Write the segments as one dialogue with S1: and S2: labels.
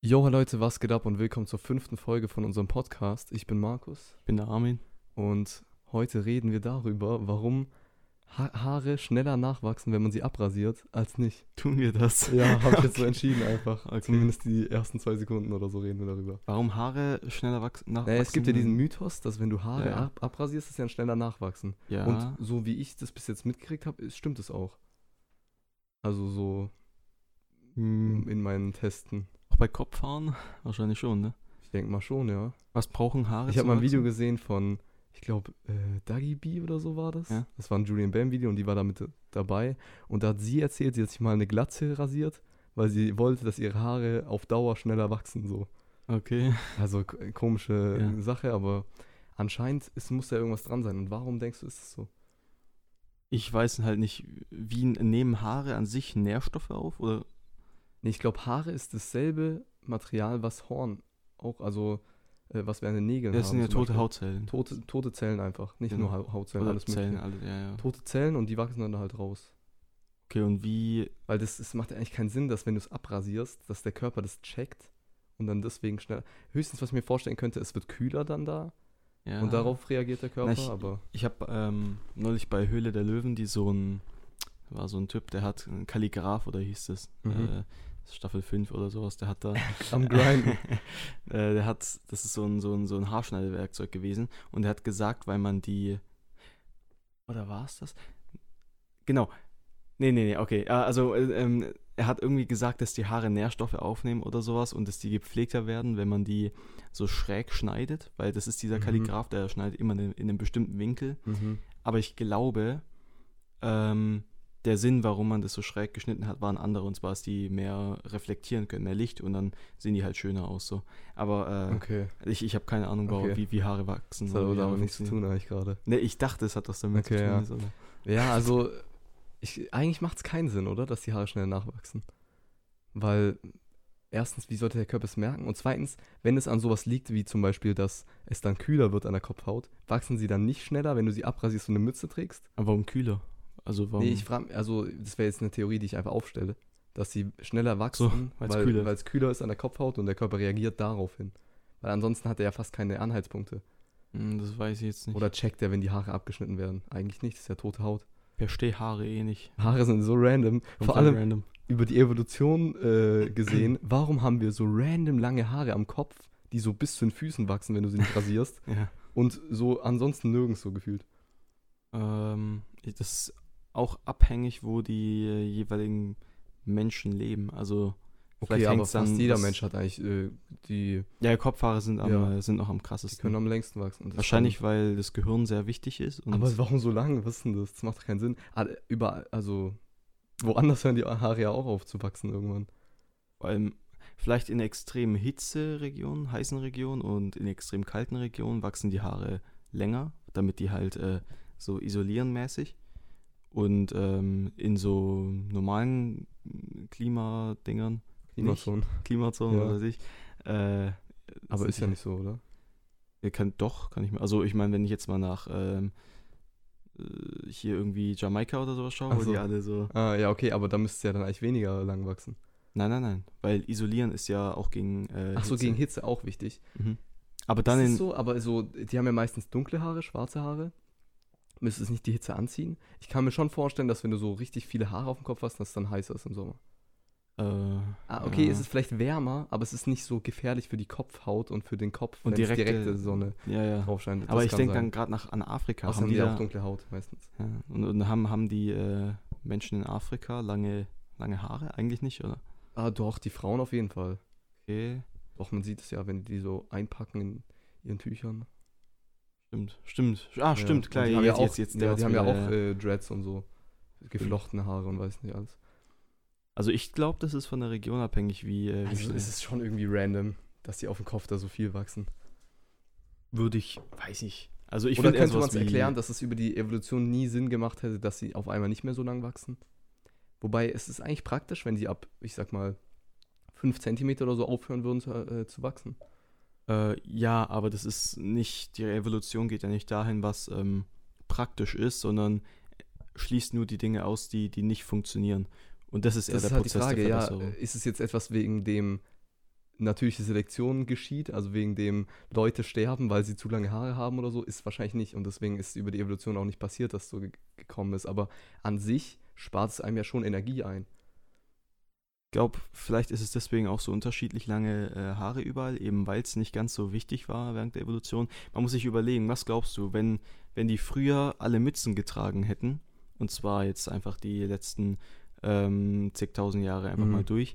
S1: Yo Leute, was geht ab und willkommen zur fünften Folge von unserem Podcast. Ich bin Markus
S2: Ich bin der Armin.
S1: und heute reden wir darüber, warum ha Haare schneller nachwachsen, wenn man sie abrasiert, als nicht.
S2: Tun wir das?
S1: Ja, habe ich jetzt so entschieden einfach.
S2: Okay.
S1: Zumindest die ersten zwei Sekunden oder so reden wir darüber.
S2: Warum Haare schneller wachsen?
S1: Naja,
S2: nachwachsen?
S1: es gibt ja diesen Mythos, dass wenn du Haare
S2: Ja.
S1: ab abrasierst, ist ja ein schneller Nachwachsen.
S2: Ja.
S1: Und so wie ich das bis jetzt mitgekriegt habe, ist- stimmt es auch. Also so
S2: Hm,
S1: in meinen Testen.
S2: auch bei Kopfhaaren? Wahrscheinlich schon, ne?
S1: Ich denke mal schon, ja.
S2: Was brauchen Haare?
S1: Ich habe
S2: zum
S1: mal ein Video
S2: Wachsen?
S1: gesehen von, ich glaube, äh, Dagi B oder so war das.
S2: Ja.
S1: Das war ein Julian Bam Video und die war da mit d- dabei. Und da hat sie erzählt, sie hat sich mal eine Glatze rasiert, weil sie wollte, dass ihre Haare auf Dauer schneller wachsen. So.
S2: Okay.
S1: Also k- komische
S2: Ja.
S1: Sache, aber anscheinend ist, muss da irgendwas dran sein. Und warum denkst du, ist es so?
S2: Ich weiß halt nicht, wie nehmen Haare an sich Nährstoffe auf? Oder
S1: Nee, ich glaube, Haare ist dasselbe Material, was Horn auch, also äh, was wir an den Nägeln
S2: das
S1: haben.
S2: sind ja
S1: zum
S2: tote
S1: Beispiel.
S2: Hautzellen.
S1: Tote, tote Zellen einfach, nicht
S2: Genau.
S1: nur Ha- Hautzellen,
S2: Oder
S1: alles
S2: Zellen,
S1: mögliche.
S2: alles, ja, ja.
S1: Tote Zellen und die wachsen dann halt raus.
S2: Okay, und wie.
S1: Weil das, das macht ja eigentlich keinen Sinn, dass wenn du es abrasierst, dass der Körper das checkt und dann deswegen schneller. Höchstens, was ich mir vorstellen könnte, es wird kühler dann da
S2: Ja.
S1: und darauf reagiert der Körper,
S2: Na, ich-
S1: aber
S2: Ich habe ähm, neulich bei Höhle der Löwen, die so ein, war so ein Typ, der hat, ein Kalligraph oder hieß das,
S1: Mhm.
S2: äh, Staffel 5 oder sowas, der hat da,
S1: am Grinden.
S2: äh, der hat, das ist so ein, so ein, so ein Haarschneidewerkzeug gewesen und der hat gesagt, weil man die, oder war es das? Genau. Nee, nee, nee, okay. Äh, Also, äh, ähm, er hat irgendwie gesagt, dass die Haare Nährstoffe aufnehmen oder sowas und dass die gepflegter werden, wenn man die so schräg schneidet, weil das ist dieser
S1: Mhm.
S2: Kalligraph, der schneidet immer in, in einem bestimmten Winkel.
S1: mhm.
S2: Aber ich glaube, ähm, der Sinn, warum man das so schräg geschnitten hat, war ein anderer. Und zwar, dass die mehr reflektieren können, mehr Licht. Und dann sehen die halt schöner aus. So. Aber äh,
S1: Okay.
S2: ich, ich habe keine Ahnung, warum,
S1: Okay.
S2: wie, wie Haare wachsen.
S1: Das hat
S2: oder
S1: aber
S2: wie Haare
S1: damit nichts zu
S2: funktionieren.
S1: tun eigentlich gerade.
S2: Nee, ich dachte, es hat was damit
S1: Okay,
S2: zu tun.
S1: ja.
S2: ist, aber-
S1: Ja, also ich, eigentlich macht es keinen Sinn, oder? Dass die Haare schnell nachwachsen. Weil erstens, wie sollte der Körper es merken? Und zweitens, wenn es an sowas liegt, wie zum Beispiel, dass es dann kühler wird an der Kopfhaut, wachsen sie dann nicht schneller, wenn du sie abrasierst und eine Mütze trägst?
S2: Aber warum kühler? Also warum?
S1: Nee, ich frage, also das wäre jetzt eine Theorie, die ich einfach aufstelle, dass sie schneller wachsen,
S2: So, weil's
S1: weil
S2: kühler ist.
S1: weil es kühler ist an der Kopfhaut und der Körper reagiert darauf hin. Weil ansonsten hat er ja fast keine Anhaltspunkte.
S2: Hm, das weiß ich jetzt nicht.
S1: Oder checkt er, wenn die Haare abgeschnitten werden? Eigentlich nicht, das ist ja tote Haut.
S2: ich verstehe Haare eh nicht.
S1: Haare sind so random. Vor
S2: Komplett
S1: allem
S2: random.
S1: über die Evolution äh, gesehen, warum haben wir so random lange Haare am Kopf, die so bis zu den Füßen wachsen, wenn du sie nicht rasierst?
S2: Ja.
S1: und so ansonsten nirgends so gefühlt.
S2: Ähm, ich- das ist auch abhängig, wo die äh, jeweiligen Menschen leben. Also
S1: Okay, aber
S2: hängt's dann-
S1: fast jeder
S2: was-
S1: Mensch hat eigentlich, äh, die,
S2: Ja, Kopfhaare sind, am,
S1: Ja.
S2: äh, sind noch am
S1: die
S2: krassesten.
S1: können am längsten wachsen. Und das
S2: Wahrscheinlich, weil das Gehirn sehr wichtig ist. Und
S1: Aber warum so lang? Was ist denn das? Das macht doch keinen Sinn. Ah, Überall, also woanders hören die Haare ja auch auf zu wachsen irgendwann.
S2: vor allem vielleicht in extremen Hitzeregionen, heißen Regionen und in extrem kalten Regionen wachsen die Haare länger, damit die halt äh, so isolieren mäßig. Und ähm, in so normalen mm, Klimadingern,
S1: Klimazonen.
S2: Klimazonen
S1: Ja.
S2: oder sich, äh,
S1: Aber
S2: sind
S1: ist ja
S2: die-
S1: nicht so, oder?
S2: Ja, kann, doch, kann ich mir. Also ich meine, wenn ich jetzt mal nach ähm, äh, hier irgendwie Jamaika oder sowas schaue,
S1: Ach
S2: wo
S1: so.
S2: die alle so.
S1: Ah, ja, okay, aber da müsste es ja dann eigentlich weniger lang wachsen.
S2: Nein, nein, nein. Weil isolieren ist ja auch gegen. Äh,
S1: Ach so,
S2: Hitze.
S1: gegen Hitze auch wichtig.
S2: Mhm. Aber dann
S1: ist
S2: in.
S1: es so, aber so, die haben ja meistens dunkle Haare, schwarze Haare. Müsste es nicht die Hitze anziehen? Ich kann mir schon vorstellen, dass wenn du so richtig viele Haare auf dem Kopf hast, dass es dann heißer ist im Sommer.
S2: äh,
S1: Ah, okay,
S2: Ja.
S1: es ist vielleicht wärmer, aber es ist nicht so gefährlich für die Kopfhaut und für den Kopf,
S2: Und
S1: wenn es
S2: direkte-
S1: direkte Sonne
S2: ja, ja.
S1: drauf scheint.
S2: Aber
S1: Das
S2: ich
S1: kann
S2: denke
S1: sein.
S2: dann gerade nach an Afrika.
S1: Außer
S2: haben die
S1: ja
S2: da,
S1: auch dunkle Haut meistens.
S2: ja, und, und haben, haben die äh, Menschen in Afrika lange, lange Haare? Eigentlich nicht, oder?
S1: Ah, doch, die Frauen auf jeden Fall.
S2: Okay.
S1: Doch, man sieht es ja, wenn die so einpacken in ihren Tüchern.
S2: Stimmt, stimmt. Ah, stimmt,
S1: ja.
S2: klar.
S1: Und Die
S2: ja,
S1: haben ja
S2: jetzt,
S1: auch,
S2: jetzt, jetzt,
S1: ja, die
S2: der
S1: haben ja
S2: wieder,
S1: auch äh, Dreads und so. Geflochtene Haare und weiß nicht alles.
S2: Also ich glaube, das ist von der Region abhängig, wie. Äh, wie
S1: äh- Also
S2: schnell-
S1: es ist schon irgendwie random, dass die auf dem Kopf da so viel wachsen.
S2: würde ich, weiß nicht. Also ich
S1: Oder
S2: finde eher
S1: könnte man
S2: sowas
S1: es
S2: wie-
S1: erklären, dass es über die Evolution nie Sinn gemacht hätte, dass sie auf einmal nicht mehr so lang wachsen? Wobei es ist eigentlich praktisch, wenn die ab, ich sag mal, 5 cm oder so aufhören würden zu, äh, zu wachsen.
S2: Äh, ja, aber das ist nicht, die Evolution geht ja nicht dahin, was ähm, praktisch ist, sondern schließt nur die Dinge aus, die, die nicht funktionieren. Und das ist eher
S1: Das
S2: der
S1: ist halt die
S2: Prozess
S1: Frage,
S2: der
S1: ja.
S2: Verbesserung.
S1: Ist es jetzt etwas, wegen dem natürliche Selektion geschieht, also wegen dem Leute sterben, weil sie zu lange Haare haben oder so, ist wahrscheinlich nicht. Und deswegen ist über die Evolution auch nicht passiert, dass so ge gekommen ist. Aber an sich spart es einem ja schon Energie ein.
S2: glaube, vielleicht ist es deswegen auch so unterschiedlich lange äh, Haare überall, eben weil es nicht ganz so wichtig war während der Evolution. Man muss sich überlegen, was glaubst du, wenn, wenn die früher alle Mützen getragen hätten, und zwar jetzt einfach die letzten ähm, zigtausend Jahre einfach
S1: Mhm.
S2: mal durch,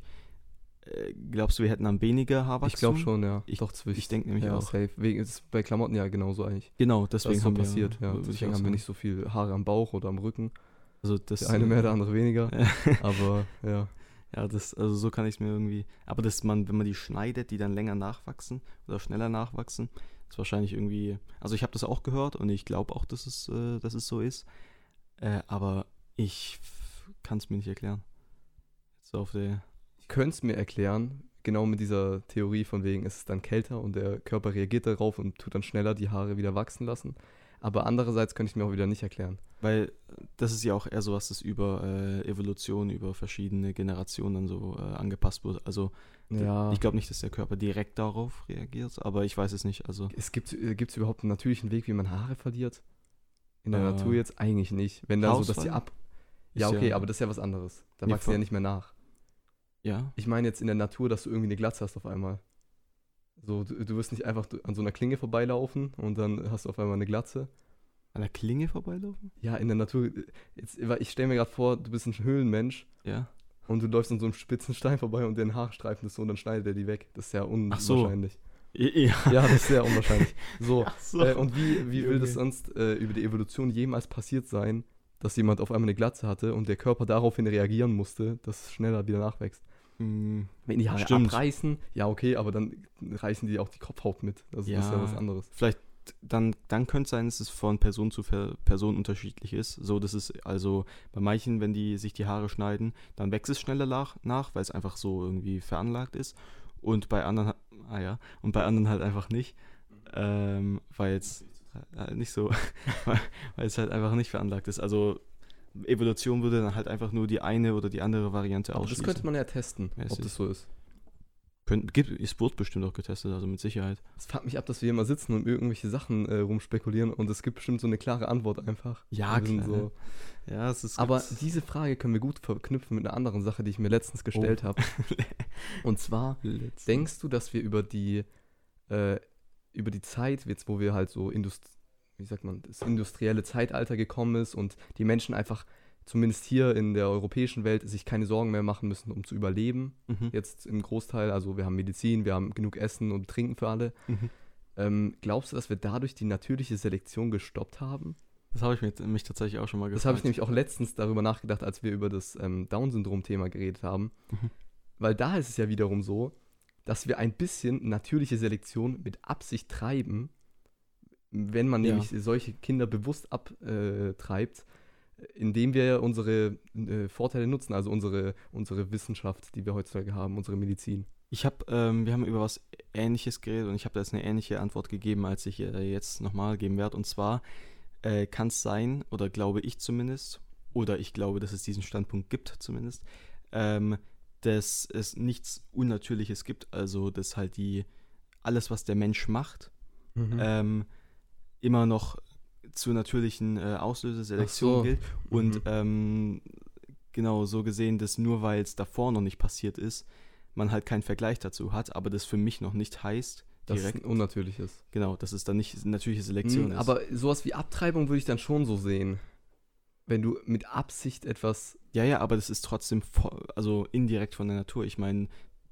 S2: äh, glaubst du, wir hätten dann weniger Haarwachstum?
S1: Ich glaube schon, ja.
S2: Ich-
S1: Doch zwischen.
S2: Ich denke nämlich
S1: ja,
S2: auch.
S1: safe. Wegen, ist bei Klamotten ja genauso eigentlich.
S2: Genau,
S1: Das
S2: deswegen
S1: ist so
S2: haben wir,
S1: passiert, ja.
S2: würde ich
S1: Deswegen
S2: auch
S1: haben wir
S2: sagen.
S1: nicht so viel Haare am Bauch oder am Rücken.
S2: Also das
S1: Der eine mehr, der andere weniger. Aber ja.
S2: Ja, das, also so kann ich es mir irgendwie. Aber dass man, wenn man die schneidet, die dann länger nachwachsen oder schneller nachwachsen, ist wahrscheinlich irgendwie. Also ich habe das auch gehört und ich glaube auch, dass es, äh, dass es so ist. Äh, aber ich kann es mir nicht erklären. So auf der.
S1: Ich könnte es mir erklären, genau mit dieser Theorie von wegen, es ist dann kälter und der Körper reagiert darauf und tut dann schneller die Haare wieder wachsen lassen. Aber andererseits könnte ich mir auch wieder nicht erklären.
S2: Weil das ist ja auch eher sowas, das über äh, Evolution, über verschiedene Generationen dann so äh, angepasst wird. Also
S1: Ja.
S2: ich glaube nicht, dass der Körper direkt darauf reagiert, aber ich weiß es nicht. Also
S1: Es gibt es überhaupt einen natürlichen Weg, wie man Haare verliert? In der
S2: Äh,
S1: Natur jetzt eigentlich nicht. Wenn da so, dass die
S2: Haarausfall?
S1: ab. Ja,
S2: Ist ja-
S1: okay, aber das ist ja was anderes. Da
S2: Nee,
S1: wachsen die ja
S2: voll.
S1: nicht mehr nach.
S2: ja.
S1: Ich meine jetzt in der Natur, dass du irgendwie eine Glatze hast auf einmal. So, du, du wirst nicht einfach an so einer Klinge vorbeilaufen und dann hast du auf einmal eine Glatze.
S2: An der Klinge vorbeilaufen?
S1: Ja, in der Natur. Jetzt, weil ich stelle mir gerade vor, du bist ein Höhlenmensch
S2: Ja.
S1: und du läufst an so einem spitzen Stein vorbei und dein Haarstreifen ist so und dann schneidet er die weg. Das ist ja un
S2: Ach so.
S1: unwahrscheinlich.
S2: Ja.
S1: Ja, das ist sehr unwahrscheinlich. So.
S2: Ach so.
S1: Äh, und wie, wie will das
S2: Junge.
S1: sonst äh, über die Evolution jemals passiert sein, dass jemand auf einmal eine Glatze hatte und der Körper daraufhin reagieren musste, dass es schneller wieder nachwächst?
S2: Mm,
S1: Wenn die Haare
S2: Stimmt.
S1: abreißen, ja okay, aber dann reißen die auch die Kopfhaut mit. Also das ist ja
S2: Ja.
S1: was anderes.
S2: Vielleicht dann, dann könnte es sein, dass es von Person zu Ver- Person unterschiedlich ist. So, dass es also bei manchen, wenn die sich die Haare schneiden, dann wächst es schneller nach, nach weil es einfach so irgendwie veranlagt ist. Und bei anderen, ha- ah ja, und bei anderen halt einfach nicht, ähm, weil es äh, nicht so, weil weil es halt einfach nicht veranlagt ist. Also Evolution würde dann halt einfach nur die eine oder die andere Variante
S1: Aber das
S2: ausschließen.
S1: könnte man ja testen, ob
S2: Mäßig.
S1: das so ist.
S2: Könnt- gibt, es wurde bestimmt auch getestet, also mit Sicherheit.
S1: Es fuckt mich ab, dass wir hier mal sitzen und irgendwelche Sachen äh, rumspekulieren und es gibt bestimmt so eine klare Antwort einfach.
S2: Ja,
S1: Wir sind
S2: klar, ne? Ja, es ist
S1: Aber diese Frage können wir gut verknüpfen mit einer anderen Sache, die ich mir letztens gestellt
S2: Oh.
S1: habe. Und zwar
S2: Let's
S1: Denkst du, dass wir über die, äh, über die Zeit, jetzt wo wir halt so Indust wie sagt man, das industrielle Zeitalter gekommen ist und die Menschen einfach, zumindest hier in der europäischen Welt, sich keine Sorgen mehr machen müssen, um zu überleben?
S2: Mhm.
S1: Jetzt im Großteil, also wir haben Medizin, wir haben genug Essen und Trinken für alle.
S2: Mhm.
S1: Ähm, glaubst du, dass wir dadurch die natürliche Selektion gestoppt haben?
S2: Das habe ich mir, mich tatsächlich auch schon mal gefragt.
S1: Das habe ich nämlich auch letztens darüber nachgedacht, als wir über das ähm, Down-Syndrom-Thema geredet haben.
S2: Mhm.
S1: Weil da ist es ja wiederum so, dass wir ein bisschen natürliche Selektion mit Absicht treiben, wenn man
S2: Ja.
S1: nämlich solche Kinder bewusst abtreibt, indem wir unsere äh, Vorteile nutzen, also unsere, unsere Wissenschaft, die wir heutzutage haben, unsere Medizin.
S2: Ich habe, ähm, wir haben über was Ähnliches geredet und ich habe da jetzt eine ähnliche Antwort gegeben, als ich äh, jetzt nochmal geben werde. Und zwar äh, kann es sein, oder glaube ich zumindest, oder ich glaube, dass es diesen Standpunkt gibt zumindest, ähm, dass es nichts Unnatürliches gibt. Also, dass halt die, alles, was der Mensch macht,
S1: Äh,
S2: ähm, immer noch zur natürlichen äh, Auslöseselektion
S1: Ach so.
S2: gilt. Und
S1: Mhm.
S2: ähm, genau so gesehen, dass nur weil es davor noch nicht passiert ist, man halt keinen Vergleich dazu hat, aber das für mich noch nicht heißt,
S1: das
S2: direkt,
S1: ist ein unnatürliches.
S2: genau, dass es dann nicht natürliche Selektion
S1: Mhm,
S2: ist.
S1: aber sowas wie Abtreibung würde ich dann schon so sehen. Wenn du mit Absicht etwas
S2: ja, ja, aber das ist trotzdem, vo- also indirekt von der Natur. Ich meine,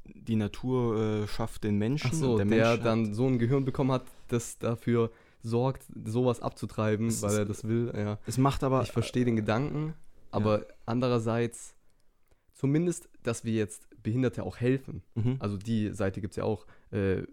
S2: die Natur äh, schafft den Menschen
S1: Ach so,
S2: und
S1: der,
S2: hat-
S1: dann so ein Gehirn bekommen hat, das dafür sorgt, sowas abzutreiben,
S2: Es
S1: weil
S2: ist-
S1: er das will. Ja.
S2: Es macht aber,
S1: Ich verstehe den Gedanken, aber andererseits zumindest, dass wir jetzt Behinderte auch helfen.
S2: Mhm.
S1: Also die Seite gibt es ja auch. Äh,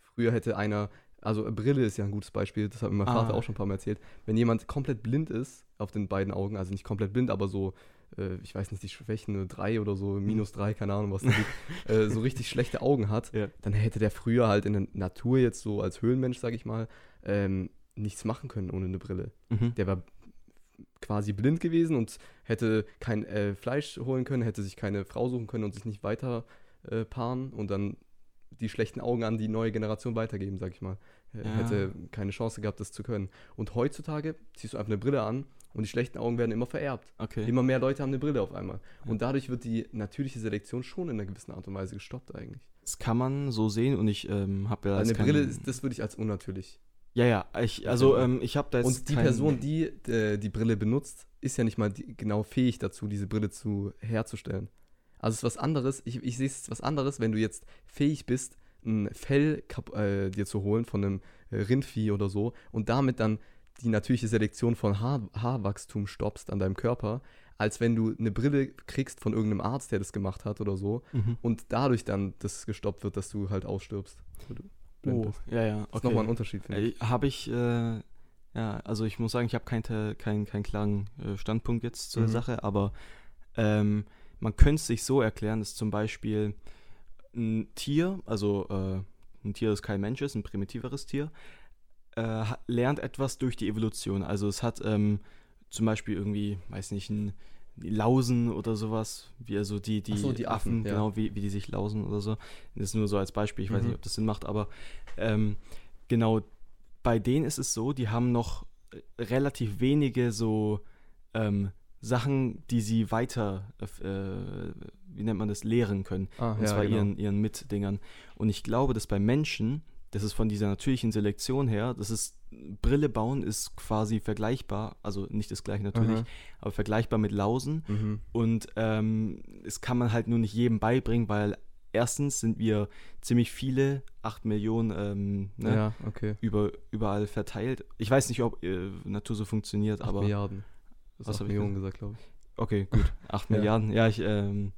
S1: früher hätte einer, also Brille ist ja ein gutes Beispiel, das hat mir mein
S2: Ah.
S1: Vater auch schon ein paar Mal erzählt. Wenn jemand komplett blind ist, auf den beiden Augen, also nicht komplett blind, aber so, äh, ich weiß nicht, die Schwächen 3 oder
S2: Mhm.
S1: so, minus 3, keine Ahnung, was da liegt, äh, so richtig schlechte Augen hat,
S2: Ja.
S1: dann hätte der früher halt in der Natur jetzt so als Höhlenmensch, sag ich mal, ähm, nichts machen können ohne eine Brille.
S2: mhm.
S1: Der war quasi blind gewesen und hätte kein äh, Fleisch holen können, hätte sich keine Frau suchen können und sich nicht weiter äh, paaren und dann die schlechten Augen an die neue Generation weitergeben, sag ich mal. Er
S2: Ja.
S1: Hätte keine Chance gehabt, das zu können. Und heutzutage ziehst du einfach eine Brille an und die schlechten Augen werden immer vererbt.
S2: Okay.
S1: Immer mehr Leute haben eine Brille auf einmal.
S2: Ja.
S1: Und dadurch wird die natürliche Selektion schon in einer gewissen Art und Weise gestoppt eigentlich.
S2: Das kann man so sehen und ich ähm, habe ja.
S1: Weil eine
S2: jetzt kein-
S1: Brille, ist, das würde ich als unnatürlich
S2: Ja, ja. Ich, also ähm, ich habe da jetzt.
S1: genau. Und die
S2: kein-
S1: Person, die äh, die Brille benutzt, ist ja nicht mal die, genau fähig dazu, diese Brille zu herzustellen. Also es ist was anderes, ich, ich sehe es ist was anderes, wenn du jetzt fähig bist, ein Fell kap- äh, dir zu holen von einem äh, Rindvieh oder so und damit dann die natürliche Selektion von Haar, Haarwachstum stoppst an deinem Körper, als wenn du eine Brille kriegst von irgendeinem Arzt, der das gemacht hat oder so
S2: Mhm.
S1: und dadurch dann das gestoppt wird, dass du halt ausstirbst. weil du blind
S2: Oh,
S1: bist.
S2: ja, ja.
S1: Das ist nochmal ein Unterschied, finde ich.
S2: Habe ich, äh, ja, also ich muss sagen, ich habe keinen kein, keinen klaren äh, Standpunkt jetzt zur
S1: Mhm.
S2: Sache, aber ähm, man könnte es sich so erklären, dass zum Beispiel ein Tier, also äh, ein Tier, das kein Mensch ist, ein primitiveres Tier, äh, ha- lernt etwas durch die Evolution. Also es hat ähm, zum Beispiel irgendwie, weiß nicht, ein die Lausen oder sowas, wie also die, die,
S1: Ach so, die Affen, ja.
S2: genau, wie, wie die sich lausen oder so. Das ist nur so als Beispiel, ich weiß
S1: Mhm.
S2: nicht, ob das Sinn macht, aber ähm, genau, bei denen ist es so, die haben noch äh, relativ wenige so ähm, Sachen, die sie weiter, äh, f- äh, wie nennt man das, lehren können.
S1: Ah,
S2: Und zwar ihren, ihren Mitdingern. Und ich glaube, dass bei Menschen, das ist von dieser natürlichen Selektion her, das ist, Brille bauen ist quasi vergleichbar, also nicht das gleiche natürlich,
S1: Aha.
S2: aber vergleichbar mit Lausen.
S1: Mhm.
S2: Und ähm, es kann man halt nur nicht jedem beibringen, weil erstens sind wir ziemlich viele, 8 Millionen ähm, ne,
S1: Ja, okay.
S2: über, überall verteilt. Ich weiß nicht, ob äh, Natur so funktioniert,
S1: Acht
S2: aber
S1: Milliarden. Das was
S2: Was hab
S1: habe
S2: ich
S1: Millionen gesagt, glaube ich.
S2: okay, gut, 8
S1: Ja.
S2: Milliarden. Ja, ich, ähm,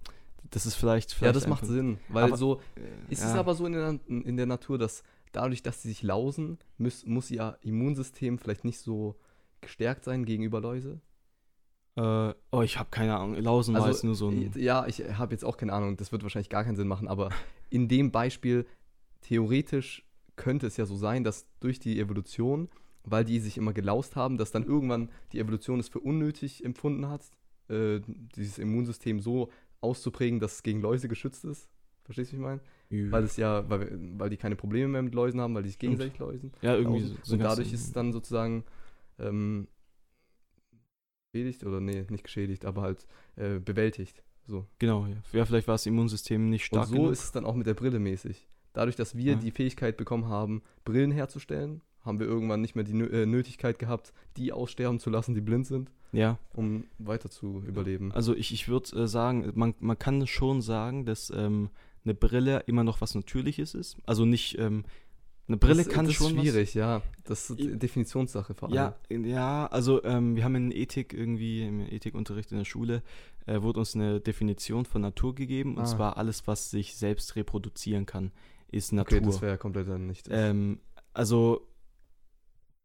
S2: das ist vielleicht, vielleicht
S1: ja, das macht
S2: einfach-
S1: Sinn, weil
S2: Aber-
S1: so
S2: äh,
S1: ist
S2: ja.
S1: es aber so in der, in der Natur, dass dadurch, dass sie sich lausen, muss, muss ihr Immunsystem vielleicht nicht so gestärkt sein gegenüber Läuse.
S2: Äh, oh, ich habe keine Ahnung. Lausen war
S1: Also,
S2: jetzt nur so ein.
S1: Ja, ich habe jetzt auch keine Ahnung, das wird wahrscheinlich gar keinen Sinn machen, aber in dem Beispiel theoretisch könnte es ja so sein, dass durch die Evolution, weil die sich immer gelaust haben, dass dann irgendwann die Evolution es für unnötig empfunden hat, äh, dieses Immunsystem so auszuprägen, dass es gegen Läuse geschützt ist. Verstehst du, wie ich meine? Weil es ja, weil, wir- weil die keine Probleme mehr mit Läusen haben, weil die sich
S2: Stimmt.
S1: gegenseitig läusen.
S2: ja, irgendwie so,
S1: lausen.
S2: so
S1: und
S2: ganz-
S1: dadurch ist es dann sozusagen ähm, geschädigt oder nee, nicht geschädigt, aber halt äh, bewältigt. So.
S2: Genau, ja. ja. Vielleicht war das Immunsystem nicht
S1: Und
S2: stark
S1: so
S2: genug.
S1: ist es dann auch mit der Brille mäßig. Dadurch, dass wir
S2: Ja.
S1: die Fähigkeit bekommen haben, Brillen herzustellen, haben wir irgendwann nicht mehr die Nö äh, Nötigkeit gehabt, die aussterben zu lassen, die blind sind,
S2: ja.
S1: um weiter zu überleben.
S2: Also ich, ich würde äh, sagen, man, man kann schon sagen, dass ähm, eine Brille immer noch was Natürliches ist. Also nicht, ähm, eine Brille
S1: das,
S2: kann
S1: das
S2: schon
S1: ist schwierig, ja. Das ist
S2: I-
S1: Definitionssache vor
S2: Was,
S1: allem.
S2: ja, ja, also ähm, wir haben in Ethik irgendwie, im Ethikunterricht in der Schule, äh, wurde uns eine Definition von Natur gegeben. Und
S1: Ah.
S2: zwar alles, was sich selbst reproduzieren kann, ist Natur.
S1: okay, das wäre ja komplett dann nicht.
S2: Ähm, also,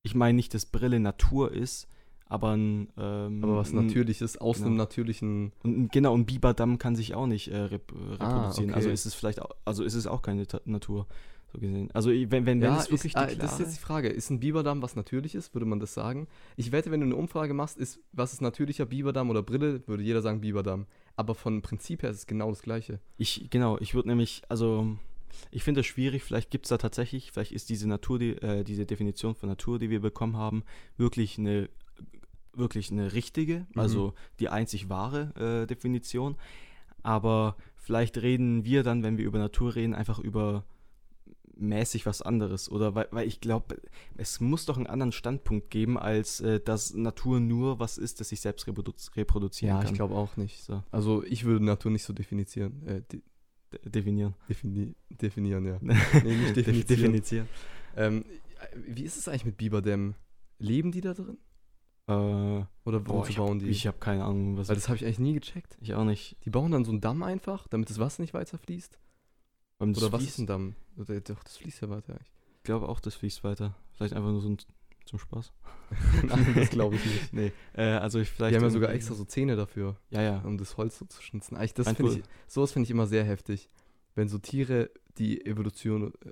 S2: ich meine nicht, dass Brille Natur ist, aber ein. Ähm,
S1: Aber was
S2: ein-
S1: Natürliches aus
S2: genau.
S1: einem natürlichen.
S2: Und, ein- genau, ein Biberdamm kann sich auch nicht äh, rep
S1: Ah,
S2: reproduzieren.
S1: okay.
S2: Also ist es vielleicht auch, also ist es auch keine Ta Natur, so gesehen. Also i- wenn, wenn, wenn es wirklich
S1: ist, ah,
S2: die
S1: das ist
S2: klare-
S1: jetzt die Frage. Ist ein Biberdamm was Natürliches? Würde man das sagen? Ich wette, wenn du eine Umfrage machst, ist was ist natürlicher, Biberdamm oder Brille, würde jeder sagen Biberdamm. Aber von Prinzip her ist es genau das Gleiche.
S2: Ich, genau, ich würde nämlich, also ich finde das schwierig, vielleicht gibt es da tatsächlich, vielleicht ist diese Natur, die, äh, diese Definition von Natur, die wir bekommen haben, wirklich eine, wirklich eine richtige,
S1: Mhm.
S2: also die einzig wahre äh, Definition. Aber vielleicht reden wir dann, wenn wir über Natur reden, einfach über mäßig was anderes. Oder weil, weil ich glaube, es muss doch einen anderen Standpunkt geben, als äh, dass Natur nur was ist, das sich selbst reproduzi- reproduzieren kann.
S1: glaube auch nicht.
S2: So,
S1: Also ich würde Natur nicht so definieren. Äh, de
S2: de- definieren.
S1: defini definieren, ja.
S2: Nee,
S1: nicht definizieren.
S2: definizieren.
S1: ähm, wie ist es eigentlich mit Biberdämmen? Leben die da drin?
S2: Äh,
S1: Oder
S2: boah,
S1: wozu
S2: ich hab-
S1: bauen die?
S2: Ich habe keine Ahnung, was
S1: Weil das habe ich eigentlich nie gecheckt.
S2: ich auch nicht.
S1: Die bauen dann so einen Damm einfach, damit das Wasser nicht weiter fließt.
S2: Beim
S1: Oder was ist
S2: Fließen-
S1: ein Damm? Oder, doch, das fließt ja weiter eigentlich.
S2: Ich glaube auch, das fließt weiter. Vielleicht einfach nur so ein, zum Spaß.
S1: Nein, das glaube ich nicht.
S2: Nee, äh, also ich vielleicht.
S1: Die haben ja sogar
S2: irgendwie-
S1: extra so Zähne dafür,
S2: Ja, ja.
S1: um das Holz so zu schnitzen. Eigentlich, das
S2: Nein,
S1: finde
S2: cool.
S1: ich, sowas finde ich immer sehr heftig. Wenn so Tiere die Evolution, äh,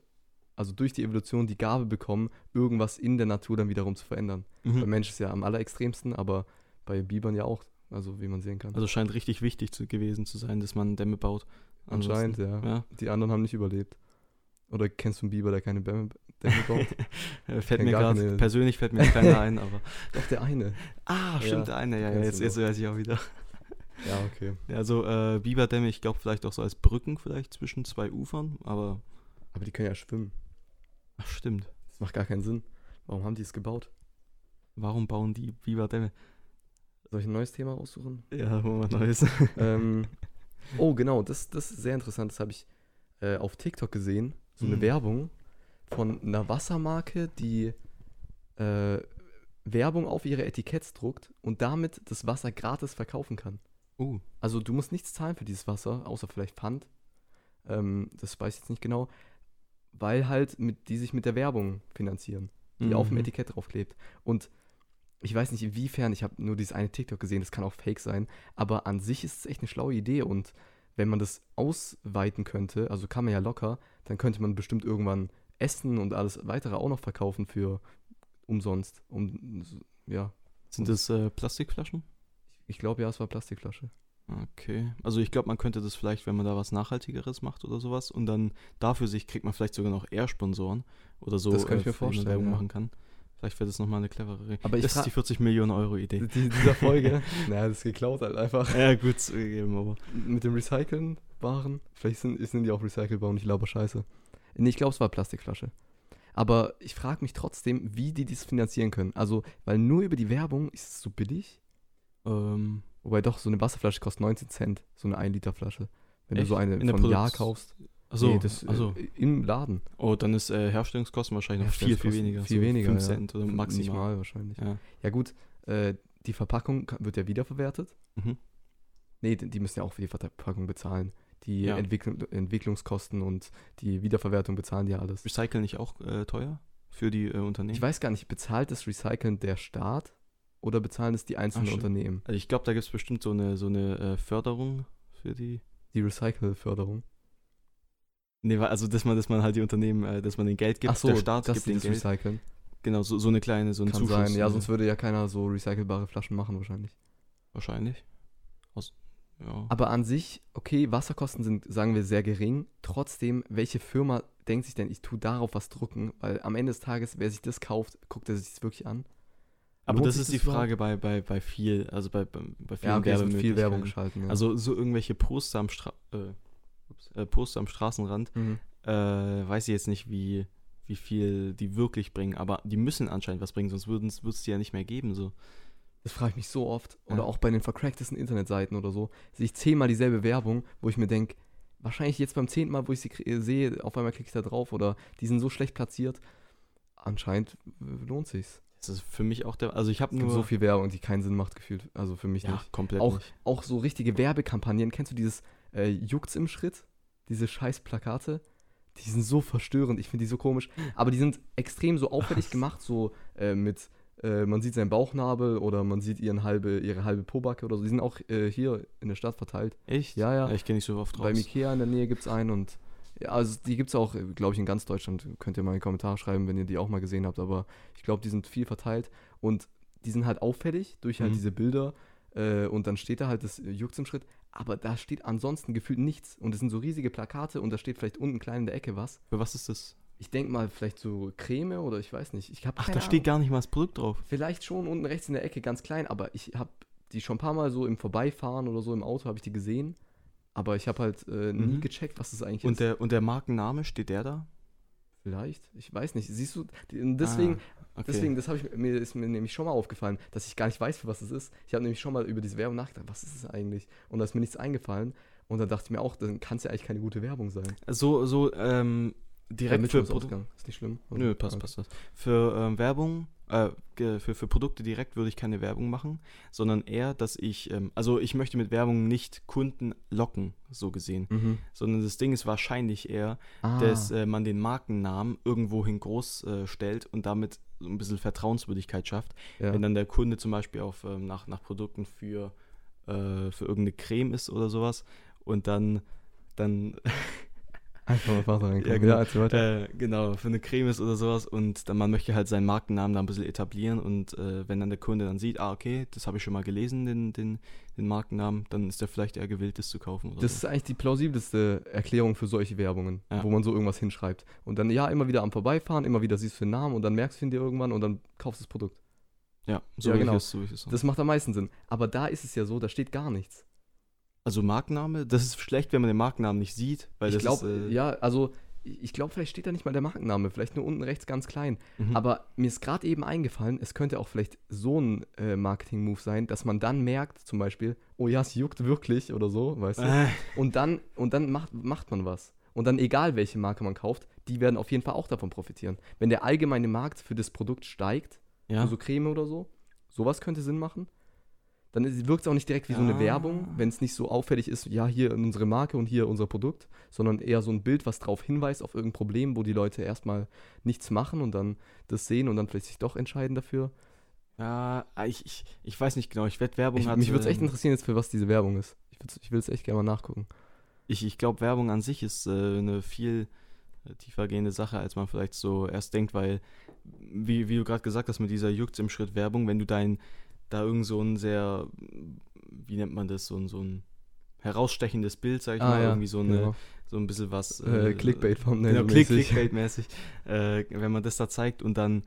S1: also durch die Evolution die Gabe bekommen, irgendwas in der Natur dann wiederum zu verändern. Beim
S2: Mhm.
S1: Mensch ist ja am allerextremsten, aber bei Bibern ja auch, also wie man sehen kann.
S2: Also scheint richtig wichtig zu, gewesen zu sein, dass man Dämme baut.
S1: Anscheinend,
S2: Ansonsten-
S1: ja.
S2: Ja.
S1: Die anderen haben nicht überlebt. Oder kennst du einen Biber, der keine Bäume Dämme baut?
S2: Äh, fällt
S1: Kenn
S2: mir
S1: gar
S2: gerade,
S1: keine.
S2: persönlich fällt mir keiner ein, aber.
S1: Doch, der eine.
S2: Ah,
S1: Ja,
S2: stimmt, der eine, ja, ja,
S1: kennst
S2: jetzt,
S1: du
S2: jetzt weiß ich auch wieder.
S1: Ja, okay.
S2: Ja, also äh, Biberdämme, ich glaube vielleicht auch so als Brücken vielleicht zwischen zwei Ufern, aber
S1: Aber die können ja schwimmen.
S2: ach, stimmt.
S1: Das macht gar keinen Sinn. Warum haben die es gebaut?
S2: Warum bauen die Biberdämme?
S1: Soll ich ein neues Thema aussuchen?
S2: Ja, holen wir neues.
S1: ähm, oh, genau, das, das ist sehr interessant. Das habe ich äh, auf TikTok gesehen. So eine
S2: Mhm.
S1: Werbung von einer Wassermarke, die äh, Werbung auf ihre Etiketts druckt und damit das Wasser gratis verkaufen kann.
S2: Uh,
S1: Also du musst nichts zahlen für dieses Wasser, außer vielleicht Pfand. Ähm, das weiß ich jetzt nicht genau. Weil halt mit, die sich mit der Werbung finanzieren die auf dem
S2: mhm.
S1: Etikett draufklebt. Und ich weiß nicht, inwiefern, ich habe nur dieses eine TikTok gesehen, das kann auch fake sein, aber an sich ist es echt eine schlaue Idee und wenn man das ausweiten könnte, also kann man ja locker, dann könnte man bestimmt irgendwann Essen und alles weitere auch noch verkaufen für umsonst. Um, ja,
S2: Sind das äh, Plastikflaschen?
S1: ich glaube ja, es war Plastikflasche.
S2: Okay. Also ich glaube, man könnte das vielleicht, wenn man da was Nachhaltigeres macht oder sowas und dann dafür sich kriegt man vielleicht sogar noch eher Sponsoren oder so, äh,
S1: Das könnte ich mir
S2: für die man
S1: vorstellen,
S2: Werbung
S1: ja.
S2: machen kann. Vielleicht wäre das nochmal eine clevere Re
S1: Aber ich
S2: Das ist
S1: fra-
S2: die 40 Millionen Euro Idee.
S1: Die, dieser Folge, naja, das ist geklaut halt einfach.
S2: ja, gut zugegeben, aber.
S1: Mit dem Recyceln waren. Vielleicht sind, sind die auch recycelbar und ich laber Scheiße. Nee, ich glaube, es war Plastikflasche. Aber ich frage mich trotzdem, wie die dies finanzieren können. Also, weil nur über die Werbung ist es so billig.
S2: Ähm,
S1: Wobei doch, so eine Wasserflasche kostet 19 Cent, so eine 1-Liter-Flasche. Wenn du so
S2: Echt?
S1: eine
S2: In der
S1: von Jahr
S2: Produkt-
S1: kaufst.
S2: achso,
S1: Nee, das, äh,
S2: achso.
S1: Im Laden.
S2: also, Oh, dann ist äh, Herstellungskosten wahrscheinlich noch viel, viel
S1: Herstellungskosten
S2: weniger.
S1: viel weniger,
S2: 5
S1: ja.
S2: Cent oder
S1: Nicht
S2: Also maximal.
S1: mal wahrscheinlich.
S2: Ja.
S1: Ja, gut, äh, die Verpackung ka- wird ja wiederverwertet.
S2: Mhm.
S1: Nee, die die müssen ja auch für die Verpackung bezahlen. Die
S2: Ja.
S1: Entwickl Entwicklungskosten und die Wiederverwertung bezahlen die ja alles.
S2: Recyceln nicht auch äh, teuer für die äh, Unternehmen?
S1: Ich weiß gar nicht, bezahlt das Recyceln der Staat oder bezahlen es die einzelnen
S2: stimmt.
S1: Unternehmen?
S2: also ich glaube, da gibt es bestimmt so eine, so eine äh, Förderung für die.
S1: Die Recycle-Förderung.
S2: Nee, wa- also dass man, dass man halt die Unternehmen, äh, dass man den Geld gibt,
S1: Ach so,
S2: der Staat
S1: dass
S2: gibt
S1: die
S2: den
S1: das
S2: Geld.
S1: recyceln.
S2: Genau, so, so eine kleine, so ein
S1: Kann
S2: Zuschuss.
S1: sein. Ja,
S2: äh,
S1: sonst würde ja keiner so recycelbare Flaschen machen wahrscheinlich.
S2: wahrscheinlich. Aus, ja.
S1: Aber an sich, okay, Wasserkosten sind, sagen wir, sehr gering. Trotzdem, welche Firma denkt sich denn, ich tue darauf was drucken? Weil am Ende des Tages, wer sich das kauft, guckt er sich das wirklich an.
S2: Aber
S1: lohnt
S2: das
S1: sich
S2: ist die
S1: überhaupt?
S2: Frage bei, bei, bei viel, also bei, bei, bei vielen
S1: Ja, okay, es wird viel Werbung
S2: Werbemöglichkeiten.
S1: geschalten. Ja.
S2: Also so irgendwelche Poster am, Stra äh, ups, äh, Poster am Straßenrand,
S1: mhm.
S2: äh, weiß ich jetzt nicht, wie, wie viel die wirklich bringen, aber die müssen anscheinend was bringen, sonst würden es die ja nicht mehr geben. So.
S1: Das frage ich mich so oft. Oder
S2: Ja.
S1: auch bei den vercracktesten Internetseiten oder so. Sehe ich zehnmal dieselbe Werbung, wo ich mir denke, wahrscheinlich jetzt beim zehnten Mal, wo ich sie krie- sehe, auf einmal klicke ich da drauf oder die sind so schlecht platziert. Anscheinend äh, lohnt sich's.
S2: Das ist für mich auch der. Also ich habe
S1: Es gibt
S2: nur
S1: so viel Werbung, die keinen Sinn macht, gefühlt. Also für mich
S2: ja,
S1: nicht.
S2: komplett
S1: Auch,
S2: nicht.
S1: auch so richtige Werbekampagnen. Kennst du dieses äh, Juckt's im Schritt? Diese scheiß Plakate? Die sind so verstörend. Ich finde die so komisch. Aber die sind extrem so auffällig gemacht, so äh, mit äh, man sieht seinen Bauchnabel oder man sieht ihren halbe, ihre halbe Pobacke oder so. Die sind auch äh, hier in der Stadt verteilt.
S2: Echt?
S1: Ja, ja.
S2: Ich gehe nicht so oft raus.
S1: Beim Ikea in der Nähe gibt es einen und ja, also die gibt es auch, glaube ich, in ganz Deutschland. Könnt ihr mal in die Kommentare schreiben, wenn ihr die auch mal gesehen habt. Aber ich glaube, die sind viel verteilt und die sind halt auffällig durch halt
S2: Mhm.
S1: diese Bilder. Äh, und dann steht da halt das Juckt im Schritt. Aber da steht ansonsten gefühlt nichts. Und es sind so riesige Plakate und da steht vielleicht unten klein in der Ecke was.
S2: Für was ist das?
S1: Ich denke mal, vielleicht so Creme oder ich weiß nicht. Ich habe
S2: Ach, da steht gar nicht mal das Produkt drauf.
S1: Vielleicht schon unten rechts in der Ecke ganz klein, aber ich habe die schon ein paar Mal so im Vorbeifahren oder so im Auto habe ich die gesehen, aber ich habe halt äh, nie
S2: Mhm.
S1: gecheckt, was das eigentlich
S2: Und
S1: ist.
S2: der, und der Markenname, steht der da?
S1: Vielleicht, ich weiß nicht. Siehst du, die- und deswegen,
S2: Ah, okay.
S1: deswegen, das habe ich mir ist mir nämlich schon mal aufgefallen, dass ich gar nicht weiß, für was es ist. Ich habe nämlich schon mal über diese Werbung nachgedacht, was ist es eigentlich? Und da ist mir nichts eingefallen. Und dann dachte ich mir auch, dann kann es ja eigentlich keine gute Werbung sein.
S2: So, so ähm, direkt
S1: Damit
S2: für
S1: ist
S2: Produkte.
S1: Ausgang. Ist nicht schlimm. oder?
S2: Nö, passt,
S1: Okay.
S2: passt, passt. Für ähm, Werbung, äh, ge- für, für Produkte direkt würde ich keine Werbung machen, sondern eher, dass ich, ähm, also ich möchte mit Werbung nicht Kunden locken, so gesehen.
S1: Mhm.
S2: Sondern das Ding ist wahrscheinlich eher,
S1: Ah,
S2: dass äh, man den Markennamen irgendwohin groß äh, stellt und damit so ein bisschen Vertrauenswürdigkeit schafft.
S1: ja.
S2: äh, Wenn dann der Kunde zum Beispiel auf, ähm, nach, nach Produkten für, äh, für irgendeine Creme ist oder sowas und dann, dann
S1: Einfach mal Vater reingucken.
S2: Ja, genau.
S1: ja also, erzähl weiter.
S2: Äh, genau, für eine Creme ist oder sowas und dann, man möchte halt seinen Markennamen da ein bisschen etablieren und äh, wenn dann der Kunde dann sieht, ah okay, das habe ich schon mal gelesen, den, den, den Markennamen, dann ist er vielleicht eher gewillt, das zu kaufen oder
S1: Das ist
S2: so.
S1: eigentlich die plausibelste Erklärung für solche Werbungen,
S2: Ja.
S1: wo man so irgendwas hinschreibt. Und dann ja, immer wieder am Vorbeifahren, immer wieder siehst du den Namen und dann merkst du ihn dir irgendwann und dann kaufst du das Produkt.
S2: Ja, so
S1: Ja,
S2: will ich
S1: genau.
S2: es, so will ich es.
S1: Das macht am meisten Sinn. Aber da ist es ja so, da steht gar nichts.
S2: Also Markenname, das ist schlecht, wenn man den Markennamen nicht sieht, weil
S1: ich
S2: das
S1: glaube,
S2: ist, äh,
S1: ja, also ich ich glaube, vielleicht steht da nicht mal der Markenname, vielleicht nur unten rechts ganz klein.
S2: mhm.
S1: Aber mir ist gerade eben eingefallen, es könnte auch vielleicht so ein äh, Marketing-Move sein, dass man dann merkt, zum Beispiel, oh ja, es juckt wirklich oder so, weißt du?
S2: Äh,
S1: Und dann, und dann macht, macht man was. Und dann, egal welche Marke man kauft, die werden auf jeden Fall auch davon profitieren. Wenn der allgemeine Markt für das Produkt steigt,
S2: ja.
S1: für so Creme oder so, sowas könnte Sinn machen, dann wirkt es auch nicht direkt wie so
S2: Ah.
S1: eine Werbung, wenn es nicht so auffällig ist, ja, hier unsere Marke und hier unser Produkt, sondern eher so ein Bild, was darauf hinweist, auf irgendein Problem, wo die Leute erstmal nichts machen und dann das sehen und dann vielleicht sich doch entscheiden dafür.
S2: ja ah, ich, ich, ich weiß nicht genau, ich werde Werbung
S1: Ich,
S2: hat,
S1: mich würde es echt
S2: ähm,
S1: interessieren, jetzt für was diese Werbung ist. Ich, würd's- ich will es echt gerne mal nachgucken.
S2: Ich, ich glaube, Werbung an sich ist äh, eine viel äh, tiefergehende Sache, als man vielleicht so erst denkt, weil, wie, wie du gerade gesagt hast, mit dieser Juckt im Schritt Werbung, wenn du dein, da irgend so ein sehr, wie nennt man das, so ein, so ein herausstechendes Bild, sag ich mal, irgendwie so, eine,
S1: Ah, genau.
S2: so ein bisschen was.
S1: äh, Clickbait vom
S2: Genau, Click, Clickbait-mäßig. äh, wenn man das da zeigt und dann,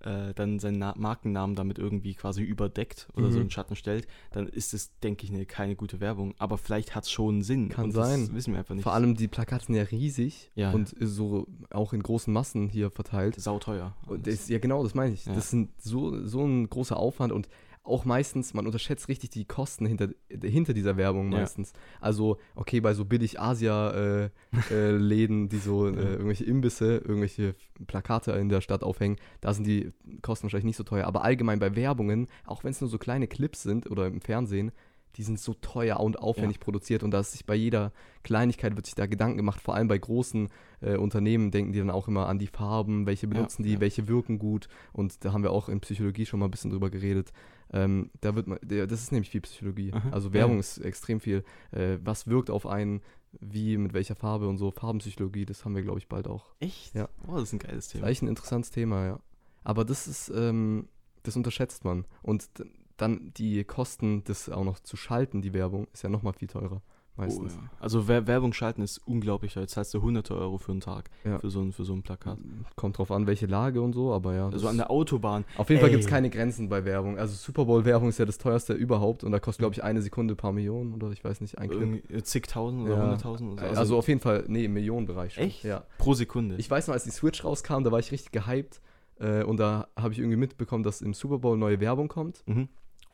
S2: äh, dann seinen Na Markennamen damit irgendwie quasi überdeckt oder so
S1: Mhm.
S2: in den Schatten stellt, dann ist es, denke ich, eine, keine gute Werbung. Aber vielleicht hat es schon Sinn.
S1: Kann
S2: und das
S1: sein.
S2: wissen wir einfach nicht.
S1: Vor allem die Plakate sind ja riesig
S2: Ja.
S1: und so auch in großen Massen hier verteilt.
S2: sauteuer.
S1: Und das, ja, genau, das meine ich.
S2: Ja.
S1: Das sind so, so ein großer Aufwand und auch meistens, man unterschätzt richtig die Kosten hinter, hinter dieser Werbung
S2: Ja.
S1: meistens. Also, okay, bei so billig Asia-Läden, äh, Läden, die so äh,
S2: Ja.
S1: irgendwelche Imbisse, irgendwelche Plakate in der Stadt aufhängen, da sind die Kosten wahrscheinlich nicht so teuer. Aber allgemein bei Werbungen, auch wenn es nur so kleine Clips sind oder im Fernsehen, die sind so teuer und aufwendig produziert und da ist sich bei jeder Kleinigkeit wird sich da Gedanken gemacht, vor allem bei großen äh, Unternehmen denken die dann auch immer an die Farben, welche benutzen die,
S2: ja.
S1: welche wirken gut. Und da haben wir auch in Psychologie schon mal ein bisschen drüber geredet. Ähm, da wird man, der, das ist nämlich viel Psychologie.
S2: Aha,
S1: Also
S2: ja,
S1: Werbung
S2: ja.
S1: ist extrem viel. Äh, was wirkt auf einen, wie, mit welcher Farbe und so. Farbenpsychologie, das haben wir, glaube ich, bald auch.
S2: Echt?
S1: Ja.
S2: Oh, das ist ein geiles Thema.
S1: Vielleicht ein interessantes Thema, ja. Aber das ist, ähm, das unterschätzt man. Und d- dann die Kosten, das auch noch zu schalten, die Werbung, ist ja nochmal viel teurer
S2: Oh,
S1: meistens.
S2: ja. Also Wer Werbung schalten ist unglaublich teuer. Jetzt zahlst du hunderte Euro für einen Tag,
S1: Ja.
S2: für, so ein, für so ein Plakat.
S1: Kommt drauf an, welche Lage und so, aber ja.
S2: Also
S1: das-
S2: an der Autobahn.
S1: Auf jeden Fall
S2: Ey.
S1: gibt es keine Grenzen bei Werbung. Also Super Bowl-Werbung ist ja das teuerste überhaupt und da kostet, glaube ich, eine Sekunde ein paar Millionen oder ich weiß nicht, ein Clip.
S2: irgendwie äh, Zigtausend oder
S1: Ja.
S2: hunderttausend. oder so.
S1: Also, auf jeden Fall, nee, im Millionenbereich schon.
S2: Echt?
S1: Ja.
S2: pro Sekunde.
S1: Ich weiß noch, als die Switch rauskam, da war ich richtig gehypt äh, und da habe ich irgendwie mitbekommen, dass im Super Bowl neue Werbung kommt
S2: mhm.